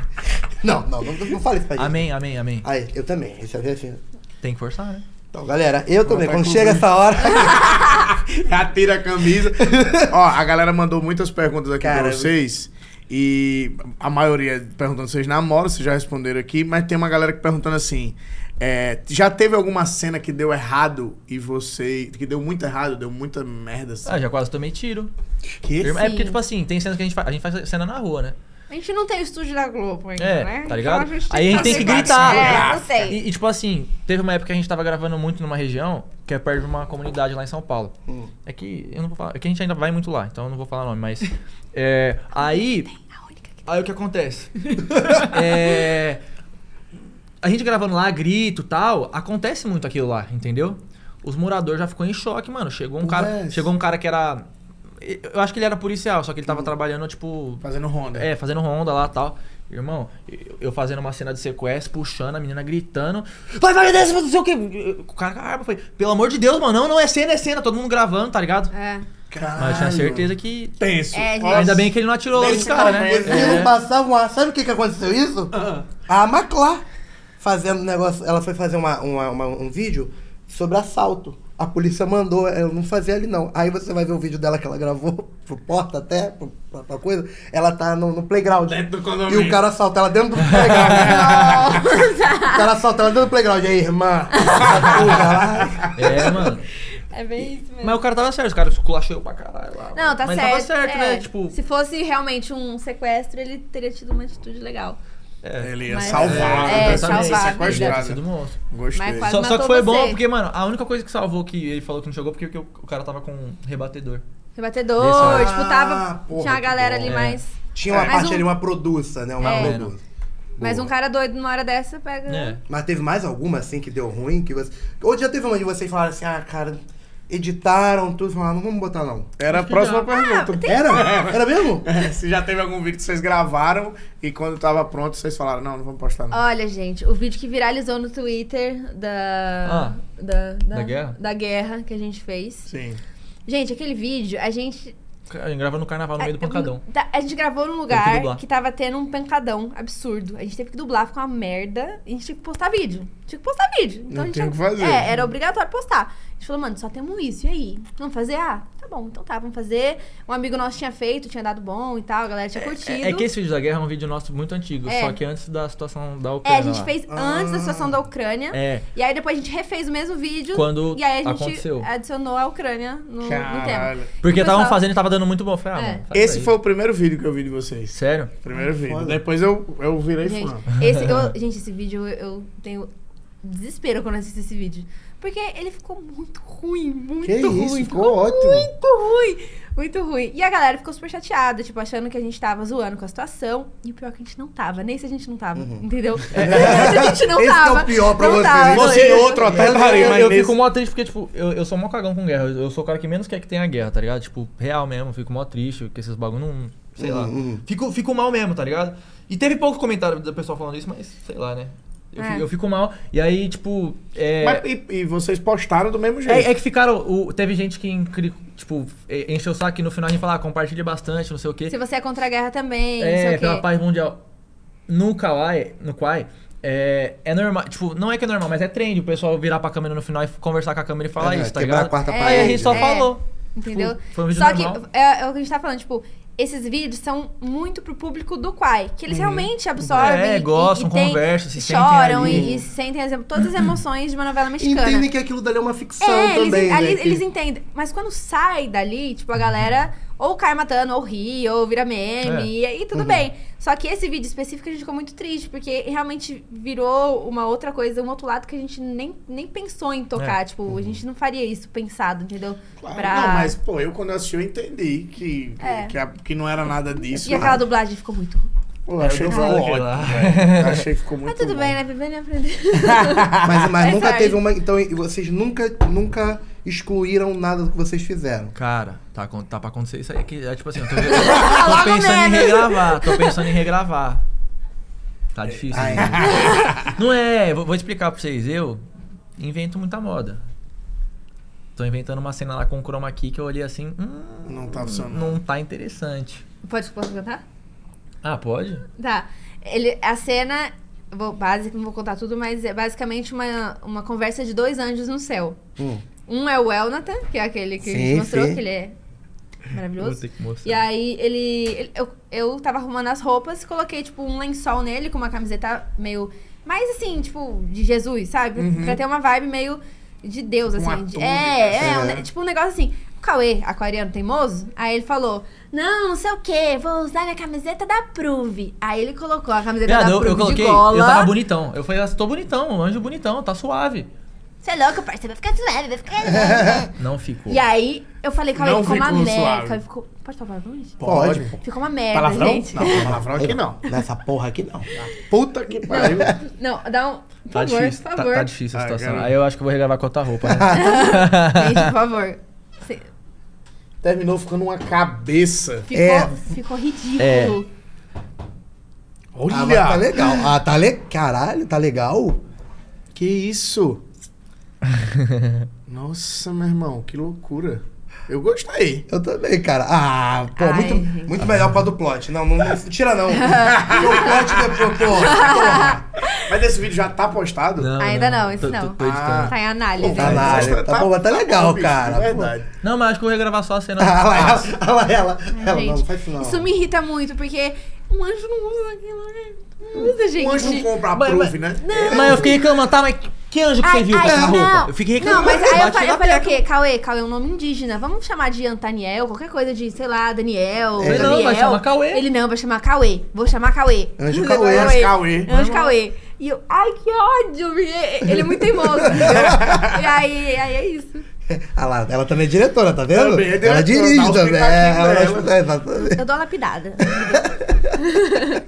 C: Não, não, não, não fale isso pra gente.
E: Amém, amém, amém.
C: Aí, eu também. Esse é o assim.
E: Tem que forçar, né?
C: Então, galera, eu também.
B: tá
C: Quando
B: com
C: chega
B: tudo.
C: essa
E: [laughs]
C: hora.
B: Já tira a camisa. Ó, a galera mandou muitas perguntas aqui
C: Cara,
B: pra vocês. E a maioria perguntando se vocês namoram, vocês já responderam aqui, mas tem uma galera que perguntando assim: é, já teve alguma cena que deu errado e você. que deu muito errado, deu muita merda assim?
E: Ah, já quase tomei tiro.
B: Que?
E: É porque,
D: Sim.
E: tipo assim, tem cenas que a gente faz. A gente faz cena na rua, né?
D: A gente não tem o estúdio da Globo ainda,
E: É,
D: né?
E: tá
D: Então
E: ligado?
D: que
E: Aí a gente tem que
D: fazer-
E: gritar.
D: É, não sei.
E: E, e, tipo assim, teve uma época que a gente tava gravando muito numa região que é perto de uma comunidade lá em São Paulo. É que eu não vou falar. É que a gente ainda vai muito lá, então eu não vou falar nome, mas. é, aí. Aí o que acontece? [laughs] é. A gente gravando lá, grito e tal, acontece muito aquilo lá, entendeu? Os moradores já ficou em choque, mano. Chegou um cara,
B: Conversa.
E: chegou um cara que era eu acho que ele era policial, só que ele tava trabalhando, tipo.
B: Fazendo ronda.
E: É, fazendo ronda lá e tal. Irmão, eu- eu fazendo uma cena de sequestro, puxando, a menina gritando. Vai, vai, desce, não sei o quê. O cara com a arma foi. Pelo amor de Deus, mano, não, não é cena, é cena, todo mundo gravando, tá ligado?
D: É.
E: Mas eu tinha certeza que.
B: Tenso.
D: É, gente.
E: Ainda bem que ele não atirou logo
B: Nesse
E: esse cara, né?
B: momento.
C: Então, Eles não
E: É. Ah.
C: passavam a. Sabe o que, que aconteceu isso? A Maclá fazendo negócio. Ela foi fazer uma, uma- uma- um vídeo sobre assalto. A polícia mandou, eu não fazia ali não. Aí você vai ver o vídeo dela que ela gravou, [laughs] pro porta até, pro, pra, pra coisa. Ela tá no, no playground.
B: Dentro do
C: e
B: condomínio.
C: o cara assalta ela dentro do
D: [laughs]
C: playground. o cara assalta ela dentro do playground. E aí, irmã?
E: É, mano.
D: É bem isso mesmo.
E: Mas o cara tava certo, os caras esculachou eu pra caralho lá.
D: Não, tá
E: Mas
D: certo.
E: tava certo,
D: é.
E: né? Tipo.
D: Se fosse realmente um sequestro, ele teria tido uma atitude legal.
E: É,
B: Ele ia
D: Mas-
B: salvar,
D: É,
B: ia ser
D: salvar, né?
E: Deve ter
B: sequestrado.
E: sido monstro.
B: Gostei.
D: Mas quase-
E: Só, só que
D: matou
E: foi
D: você.
E: bom, porque, mano, a única coisa que salvou que ele falou que não chegou porque, porque o, o cara tava com um rebatedor.
D: Rebatedor,
C: Isso.
D: tipo, tava.
C: Ah, porra,
D: tinha uma
C: que
D: galera
C: bom.
D: ali
E: É.
D: mais.
C: Tinha uma
D: Mas
C: parte
D: um-
C: ali, uma produça, né? Uma
D: É.
C: produça.
D: Mas
C: Boa.
D: um cara doido numa hora dessa pega.
E: É.
C: Mas teve mais alguma assim que deu ruim? Que você... Ou já teve uma de vocês falaram assim, ah, cara, editaram tudo, falaram, "Ah, não vamos botar não.
B: Era a próxima
D: Ah,
B: pergunta.
C: Era? Era mesmo?
B: É, se já teve algum vídeo que vocês gravaram e quando tava pronto, vocês falaram, não, não vamos postar não.
D: Olha, gente, o vídeo que viralizou no Twitter da. da,
E: Ah, da guerra?
D: Da guerra que a gente fez.
B: Sim.
D: Gente, aquele vídeo, a gente.
E: A gente grava no carnaval no meio do pancadão.
D: Tá, A gente gravou
E: Teve
D: num
E: que
D: lugar
E: dublar.
D: que tava tendo um pancadão absurdo. A gente teve que dublar, ficou uma merda. E a gente tinha que postar vídeo. Tinha que postar vídeo. Então
B: Não
D: a gente
B: tem o que fazer.
D: É, era obrigatório postar. A gente falou, mano, só temos isso. E aí? Vamos fazer? Ah, tá bom, então tá, vamos fazer. Um amigo nosso tinha feito, tinha dado bom e tal, a galera tinha curtido.
E: É, é que esse vídeo da guerra é um vídeo nosso muito antigo,
D: É.
E: só que antes da situação da
D: É,
E: Ucrânia.
D: a gente
E: lá.
D: fez antes da situação da Ucrânia.
E: É.
D: E aí depois a gente refez o mesmo vídeo.
E: Quando
D: e aí a gente
E: aconteceu.
D: adicionou a Ucrânia no, no tema.
B: Caralho.
E: Porque
D: E o pessoal-
E: estavam fazendo e tava dando muito bom. Eu Falei, ah,
D: É.
E: mano, faz
B: Esse
E: aí.
B: foi o primeiro vídeo que eu vi de vocês.
E: Sério?
B: Primeiro vídeo. Depois eu, eu virei
D: Gente,
B: fã.
D: esse, eu- gente, esse vídeo eu, eu tenho desespero quando assisto esse vídeo. Porque ele ficou muito ruim, muito
C: Que
D: ruim.
C: isso, ficou ótimo.
D: Muito ruim, muito ruim. E a galera ficou super chateada, tipo, achando que a gente tava zoando com a situação. E o pior é que a gente não tava, nem se a gente não
C: [laughs]
D: tava, entendeu? Nesse a gente não
C: Uhum. Esse que é o
D: tava.
C: pior pra né?
D: não
C: vocês.
D: tava.
B: Você e outro até
E: Eu,
B: parei,
E: eu,
B: mas
E: eu
B: nesse-
E: fico mó triste porque, tipo, eu, eu sou mó cagão com guerra. Eu, eu sou o cara que menos quer que tenha guerra, tá ligado? Tipo, real mesmo, eu fico mó triste, porque esses bagulho não. Sei lá.
B: Hum,
E: Fico, fico mal mesmo, tá ligado? E teve pouco comentário do pessoal falando isso, mas sei lá, né? Eu,
D: É.
E: fico, eu fico mal. E aí, tipo. É...
B: Mas, e, e vocês postaram do mesmo jeito.
E: É, é que ficaram. o- teve gente que encri- tipo, e- encheu o saco e no final a gente fala, ah, compartilha bastante, não sei o quê.
D: Se você é contra a guerra também, não sei
E: é,
D: o quê.
E: pela paz mundial. No Kawaii, no Kwai, é, é normal. Tipo, não é que é normal, mas é trend o pessoal virar pra câmera no final e conversar com a câmera e falar
C: É,
E: isso, tá
C: quebrar
E: ligado?
C: a quarta né?
E: Aí a gente só
D: É,
E: falou.
D: Entendeu?
E: Tipo, foi um vídeo
D: Só [laughs]
E: normal.
D: que é, é o que a gente tá falando, tipo, esses vídeos são muito pro público do Quai, que eles realmente absorvem.
E: Uhum. É,
D: e-
E: gostam,
D: e, tem-
E: conversam, se sentem
D: Choram
E: ali.
D: e, e sentem as, todas as emoções de uma novela mexicana.
C: Entendem que aquilo dali é uma ficção
D: é, eles,
C: também, né?
D: ali-
C: que-
D: eles entendem. Mas quando sai dali, tipo, a galera ou cai matando, ou ri, ou vira meme,
E: É.
D: e aí tudo bem. Só que esse vídeo específico a gente ficou muito triste, porque realmente virou uma outra coisa, um outro lado que a gente nem, nem pensou em
E: É.
D: tocar. Tipo,
E: Uhum.
D: a gente não faria isso pensado, entendeu?
B: Claro,
D: Pra-
B: Não, mas, pô, eu quando assisti eu entendi que, que-
D: É.
B: que, a- que não era nada disso.
D: E aquela dublagem ficou muito ruim.
B: Pô, eu achei que ficou
E: dublado
D: [laughs]
B: ótimo,
E: aquela.
B: velho. Eu Achei que ficou muito
D: Mas tudo
B: bom.
D: bem, né? Vivendo e aprendendo.
C: Mas, mas
D: É
C: nunca
D: sério.
C: teve uma. Então, e vocês nunca, nunca excluíram nada do que vocês fizeram.
E: Cara, tá, acon- tá pra acontecer isso aí. É, que, é tipo assim,
D: [laughs]
E: eu tô, eu tô
D: Logo
E: pensando em
D: menos.
E: regravar. Tô pensando em regravar.
B: É.
E: Tá difícil.
B: [laughs]
C: Ai,
E: né? Não é, vou, vou explicar pra vocês. Eu invento muita moda. Tô inventando uma cena lá com o chroma key que eu olhei assim, hum,
B: Não tá funcionando.
E: não tá interessante.
D: Pode, posso cantar?
E: Ah, pode?
D: Tá. Ele, a cena. Vou, base, não vou contar tudo, mas é basicamente uma, uma conversa de dois anjos no céu. Um é o Elnathan, que é aquele que a gente
C: Sim,
D: mostrou,
C: sim.
D: que ele é Maravilhoso.
E: Vou ter que mostrar.
D: E aí ele. ele- eu, eu tava arrumando as roupas, coloquei, tipo, um lençol nele com uma camiseta meio. Mais assim, tipo, de Jesus, sabe?
K: Uhum.
D: Pra ter uma vibe meio de Deus,
K: Com
D: assim.
K: a
D: de-
K: túnica,
D: é,
K: assim,
D: é, um
K: né?
D: ne- tipo um negócio assim. O Cauê, aquariano teimoso, aí ele falou: Não, não sei o quê, vou usar minha camiseta da Prove. Aí ele colocou a camiseta
E: Viado,
D: da
E: eu,
D: Prove
E: eu coloquei,
D: de gola.
E: eu tava bonitão. Eu falei, ah, tô bonitão, anjo bonitão, tá suave.
D: Você é louco, parceiro, vai ficar suave, vai
E: [laughs]
D: ficar suave.
E: Não ficou.
D: E aí, eu falei, Cauê,
E: Não
D: ficou uma
E: ficou
D: merda.
E: suave.
D: Cauê Ficou... Pode falar palavrão? gente?
C: Pode.
D: Ficou uma merda,
C: Palavrão?
D: gente.
C: Não, palavrão aqui não. Nessa porra aqui não. Puta que pariu.
D: Não, dá um. Por
E: Tá
D: favor,
E: difícil,
D: por
E: tá,
D: favor.
E: tá difícil a
C: Ai,
E: situação.
C: cara.
E: Aí eu acho que eu vou regravar com outra roupa. Né?
D: [laughs] Gente, por favor. Cê-
B: Terminou ficando uma cabeça.
D: Ficou, ficou ridículo.
B: É.
C: Ah, mas tá legal. Ah, tá legal. Caralho, tá legal?
B: Que isso? [laughs] Nossa, meu irmão, que loucura. Eu gostei.
C: Eu também, cara. Ah, pô,
B: Ai,
C: muito,
B: gente.
C: muito melhor pra do plot. Não, não, não tira
D: [laughs]
C: não. o plot depois, pô.
B: Mas esse vídeo já tá postado?
D: Ainda não, esse não.
B: Ah.
E: editando.
D: Tá em análise.
C: Tá na área. Tá, bom, mas tá legal, cara.
E: É verdade. Não, mas acho que eu vou regravar só a cena.
C: Ah, lá ela, ah, lá ela.
D: Ai,
C: Ela,
D: gente,
C: não, não faz isso não.
D: Isso me irrita muito, porque um anjo não usa aquilo, né? Não usa, gente.
B: anjo não compra a Mas- prove, né?
D: Não.
E: Mas eu fiquei reclamando, tá? Mas que anjo que
D: Ai,
E: você viu com
D: ai,
E: essa roupa?
D: não.
E: Eu fiquei
D: Não,
E: reclamando.
D: mas aí eu,
E: Bate
D: falei- eu
E: na
D: falei o
E: tecla.
D: quê? Cauê, Cauê é um nome indígena. Vamos chamar de Antaniel, qualquer coisa de, sei lá, Daniel,
E: Ele
D: Daniel.
E: não, vai chamar Cauê.
D: Ele não, vai chamar Cauê. Vou chamar Cauê.
C: Anjo
D: [laughs] Vou
C: Cauê,
D: chamar
C: anjo Cauê.
D: Anjo Cauê. E eu, ai, que ódio, porque ele é muito teimoso. entendeu? e aí, aí é isso.
C: [laughs] Ah lá, ela também é diretora, tá vendo?
B: Também é diretora,
C: ela dirige
B: dá os
C: também. É,
B: pitacos
C: ela dá os
B: dela.
C: pitacos, exatamente.
D: Eu dou a lapidada.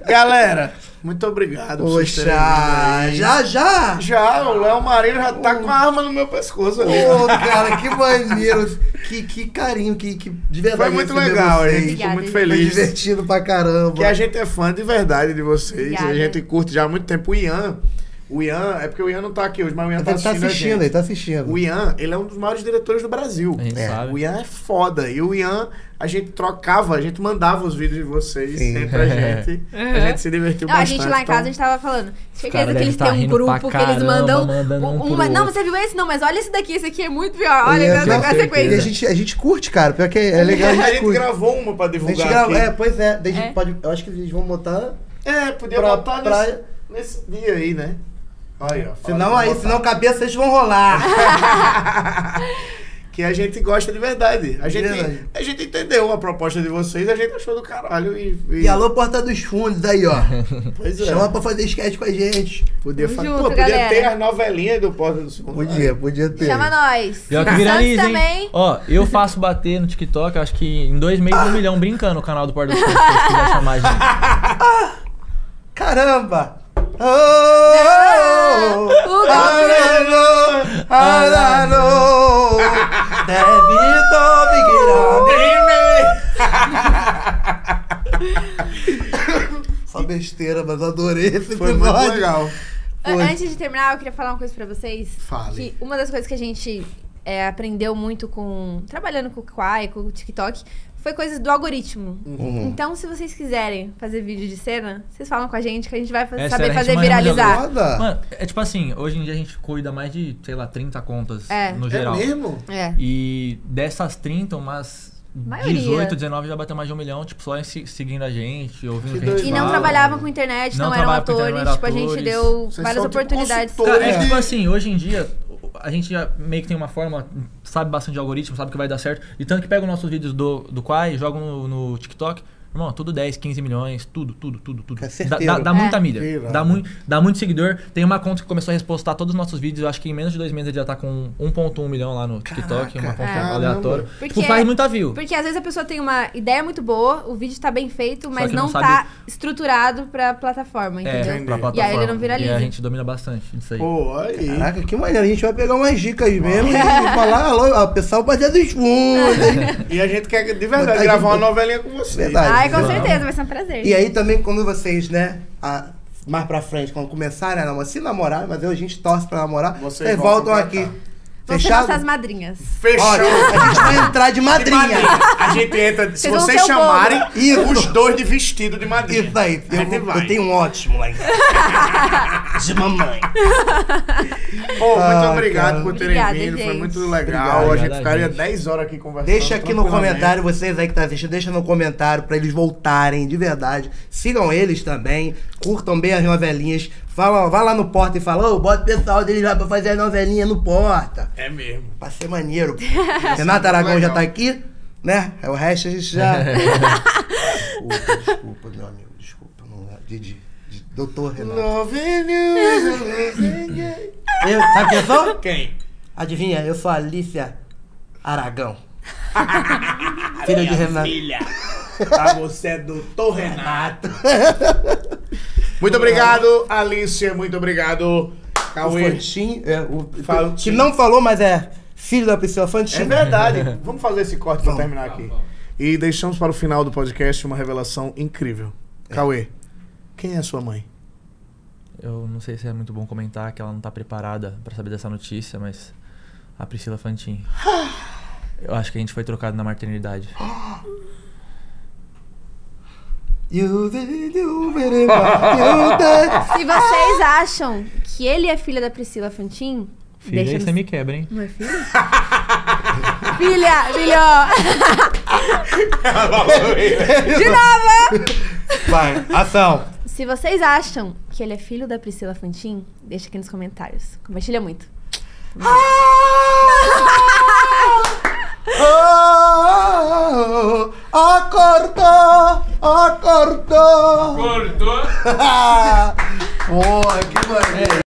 B: Galera, muito obrigado. por vocês
C: Poxa,
B: terem vindo aí.
C: já, já?
B: Já, o Léo Marinho já tá com a arma no meu pescoço ali.
C: Ô, cara, que maneiro. Que, que carinho, que, que de verdade.
B: Foi muito
C: receber
B: legal,
C: vocês.
B: hein? Fico muito
C: Foi
B: feliz.
C: divertido pra caramba.
B: Porque a gente é fã de verdade de vocês.
C: Obrigada.
B: A gente curte já há muito tempo. O Ian. O Ian, é porque o Ian não tá aqui hoje, mas o Ian
C: Ele
B: tá
C: tá
B: assistindo. a
C: assistindo,
B: gente.
C: ele tá assistindo.
B: O Ian, ele é um dos maiores diretores do Brasil.
E: gente sabe.
B: O Ian é foda. E o Ian, a gente trocava, a gente mandava os vídeos de vocês
E: Sim.
B: sempre pra
D: [laughs]
B: gente. A gente se divertiu
D: Não, a
B: bastante. então
D: gente lá em
E: então.
D: casa, a gente tava falando. Certeza que eles
E: tá
D: têm um grupo que eles mandam.
E: um
D: Uma, não, você viu esse? Não, mas olha esse daqui, esse aqui é muito pior. Olha
C: É,
D: essa-
C: não,
D: essa
C: E a
D: sequência.
C: gente, a gente curte, cara. Pior que é, é
B: [laughs]
C: legal.
B: A gente
C: curte.
B: gravou uma pra divulgar
C: A gente grava-
B: aqui.
C: É, pois é. Daí a gente Pode, eu acho que eles vão botar.
B: É, podia
C: Pra-
B: botar
C: pra-
B: nesse, nesse dia aí, né? Aí, ó.
C: Senão
B: Olha,
C: aí,
B: vou botar.
C: senão cabeça vocês vão [laughs] rolar.
B: Que a gente gosta de verdade. A gente,
C: Verdade.
B: a gente entendeu a proposta de vocês, a gente achou do caralho. E,
C: E alô, Porta dos Fundos aí, ó.
B: [laughs] Pois é.
C: Chama pra fazer sketch com a gente.
B: Podia,
D: Tamo
B: fa-
D: junto,
B: Pô, podia
D: galera.
B: ter as novelinhas do Porta do Sul.
C: Podia, podia ter.
D: Chama nós.
E: Pior que
D: Santos
E: viraliza,
D: também.
E: hein? Ó, eu faço bater no TikTok, eu acho que em dois meses, um milhão, brincando o canal do Porta dos Fundos, se vocês quiserem chamar a gente.
C: Caramba!
D: [laughs]
C: Oh, oh, oh, Arano, Arano, debito,
B: [laughs]
C: Só besteira, mas adorei esse
B: Foi muito
C: episódio.
B: legal.
D: An-
C: Oi.
D: Antes de terminar, eu queria falar uma coisa pra vocês.
B: Fale.
D: Que uma das coisas que a gente é, aprendeu muito com. trabalhando com o Quai, com o TikTok, foi coisas do algoritmo.
C: Uhum.
D: Então, se vocês quiserem fazer vídeo de cena, vocês falam com a gente que a gente vai fa-
E: É, sério, a
D: saber
E: gente
D: fazer
E: manja muito de
D: viralizar.
E: algoritmo. Mano, é tipo assim, hoje em dia a gente cuida mais de, sei lá, 30 contas
D: É.
E: no
D: É
E: geral.
D: mesmo? É.
E: E dessas 30, umas
D: Maioria.
E: 18, 19 já bateu mais de um milhão, tipo, só em se- seguindo a gente, ouvindo o que a gente
D: E não
E: fala.
D: trabalhavam com internet, não,
E: Não
D: eram
E: trabalhavam com
D: atores.
E: internet, não eram
D: tipo, a gente
E: atores.
D: deu
E: Vocês
D: várias
E: são tipo
D: oportunidades.
E: Cara, é tipo assim, hoje em dia, a gente já meio que tem uma forma, sabe bastante de algoritmo, sabe que vai dar certo. E tanto que pega os nossos vídeos do, do Quai, jogam no, no TikTok. Irmão, tudo 10, 15 milhões, tudo, tudo, tudo, tudo. dá,
C: certeiro.
E: dá, dá
C: É.
E: muita milha.
C: Irado.
E: Dá, mui- dá muito seguidor. Tem uma conta que começou a repostar todos os nossos vídeos. Eu acho que em menos de dois meses ele já tá com 1.1 milhão lá no TikTok, uma conta
D: Caramba.
E: aleatória.
D: É. Porque-
E: tipo, faz muita view.
D: Porque às vezes a pessoa tem uma ideia muito boa, o vídeo tá bem feito, mas
E: que não
D: não,
E: sabe- É,
D: tá estruturado pra plataforma, entendeu?
E: pra
D: E aí
E: plataforma.
D: ele não viraliza.
E: a gente domina bastante disso aí.
B: Pô, aí.
C: Caraca, que maneiro. A gente vai pegar umas
B: [laughs]
C: dicas mesmo e falar, alô, ó, pessoal, bater dos fundos.
B: E a gente quer de
C: Botar
B: verdade
C: de
B: gravar
C: boa.
B: uma novelinha com vocês.
C: Verdade.
D: Ai, com certeza, vai ser um prazer.
C: E aí também quando vocês, né, a- mais pra frente, quando começarem a namorar, se namorar, mas eu, a gente torce pra namorar, vocês,
B: voltam
C: voltam,
B: pra
C: aqui.
D: Vão ser
C: Fechado?
D: nossas madrinhas.
B: Fechou.
C: Olha, a gente vai entrar de madrinha.
B: A gente entra. Se
D: Vocês vão
B: vocês
D: ser o bolo.
B: chamarem,
C: Isso.
B: os dois de vestido de madrinha.
C: Isso aí.
B: A gente
C: Eu, vou-
B: vai.
C: eu tenho um ótimo lá em casa. De mamãe.
B: [laughs] Pô, muito
C: Ah,
B: obrigado
C: cara.
B: por terem
D: Obrigada,
B: vindo. Foi
D: gente.
B: muito legal.
E: Obrigado,
B: a gente
E: obrigado,
B: ficaria
E: gente.
B: 10 horas aqui conversando.
C: Deixa aqui no
B: tranquilamente.
C: comentário, vocês aí que tá assistindo, deixa no comentário pra eles voltarem, de verdade. Sigam eles também, curtam bem as novelinhas. Fala, vai lá no Porta e fala, ô, bota o pessoal deles lá pra fazer a novelinha no Porta.
B: É mesmo.
C: Pra ser maneiro. Renato Aragão já tá aqui, né? O resto a gente já... desculpa, desculpa, meu amigo, desculpa. Não, é. Didi, Didi, doutor Renato. Eu, sabe quem eu sou?
B: Quem?
C: Adivinha, eu sou a Alicia Aragão. filha de Renato.
B: Filha. Pra você é doutor Renato. muito obrigado, Alicia. Muito obrigado,
C: O
B: Cauê.
C: Fantin, é, o,
B: Fala-
C: que não falou, mas é filho da Priscila Fantin.
B: É verdade.
C: [laughs]
B: Vamos fazer esse corte pra terminar
C: Tá
B: aqui. E deixamos para o final do podcast uma revelação incrível. Cauê, quem é sua mãe?
E: Eu não sei se é muito bom comentar que ela não tá preparada pra saber dessa notícia, mas a Priscila Fantin. Eu acho que a gente foi trocado na maternidade.
C: You did you very much, you did.
D: Se vocês acham que ele é filha da Priscila Fantin,
E: Filha,
D: deixa
E: aí
D: no-
E: você me quebra, hein?
D: Não é filha? [laughs] filha,
C: [laughs]
D: filho! De novo!
C: Vai, ação.
D: Se vocês acham que ele é filho da Priscila Fantin, deixa aqui nos comentários.
C: [laughs]
D: Compartilha muito.
C: Oh, acordou, acordou.
G: Cortou.
C: Oh, Porra, que maneiro.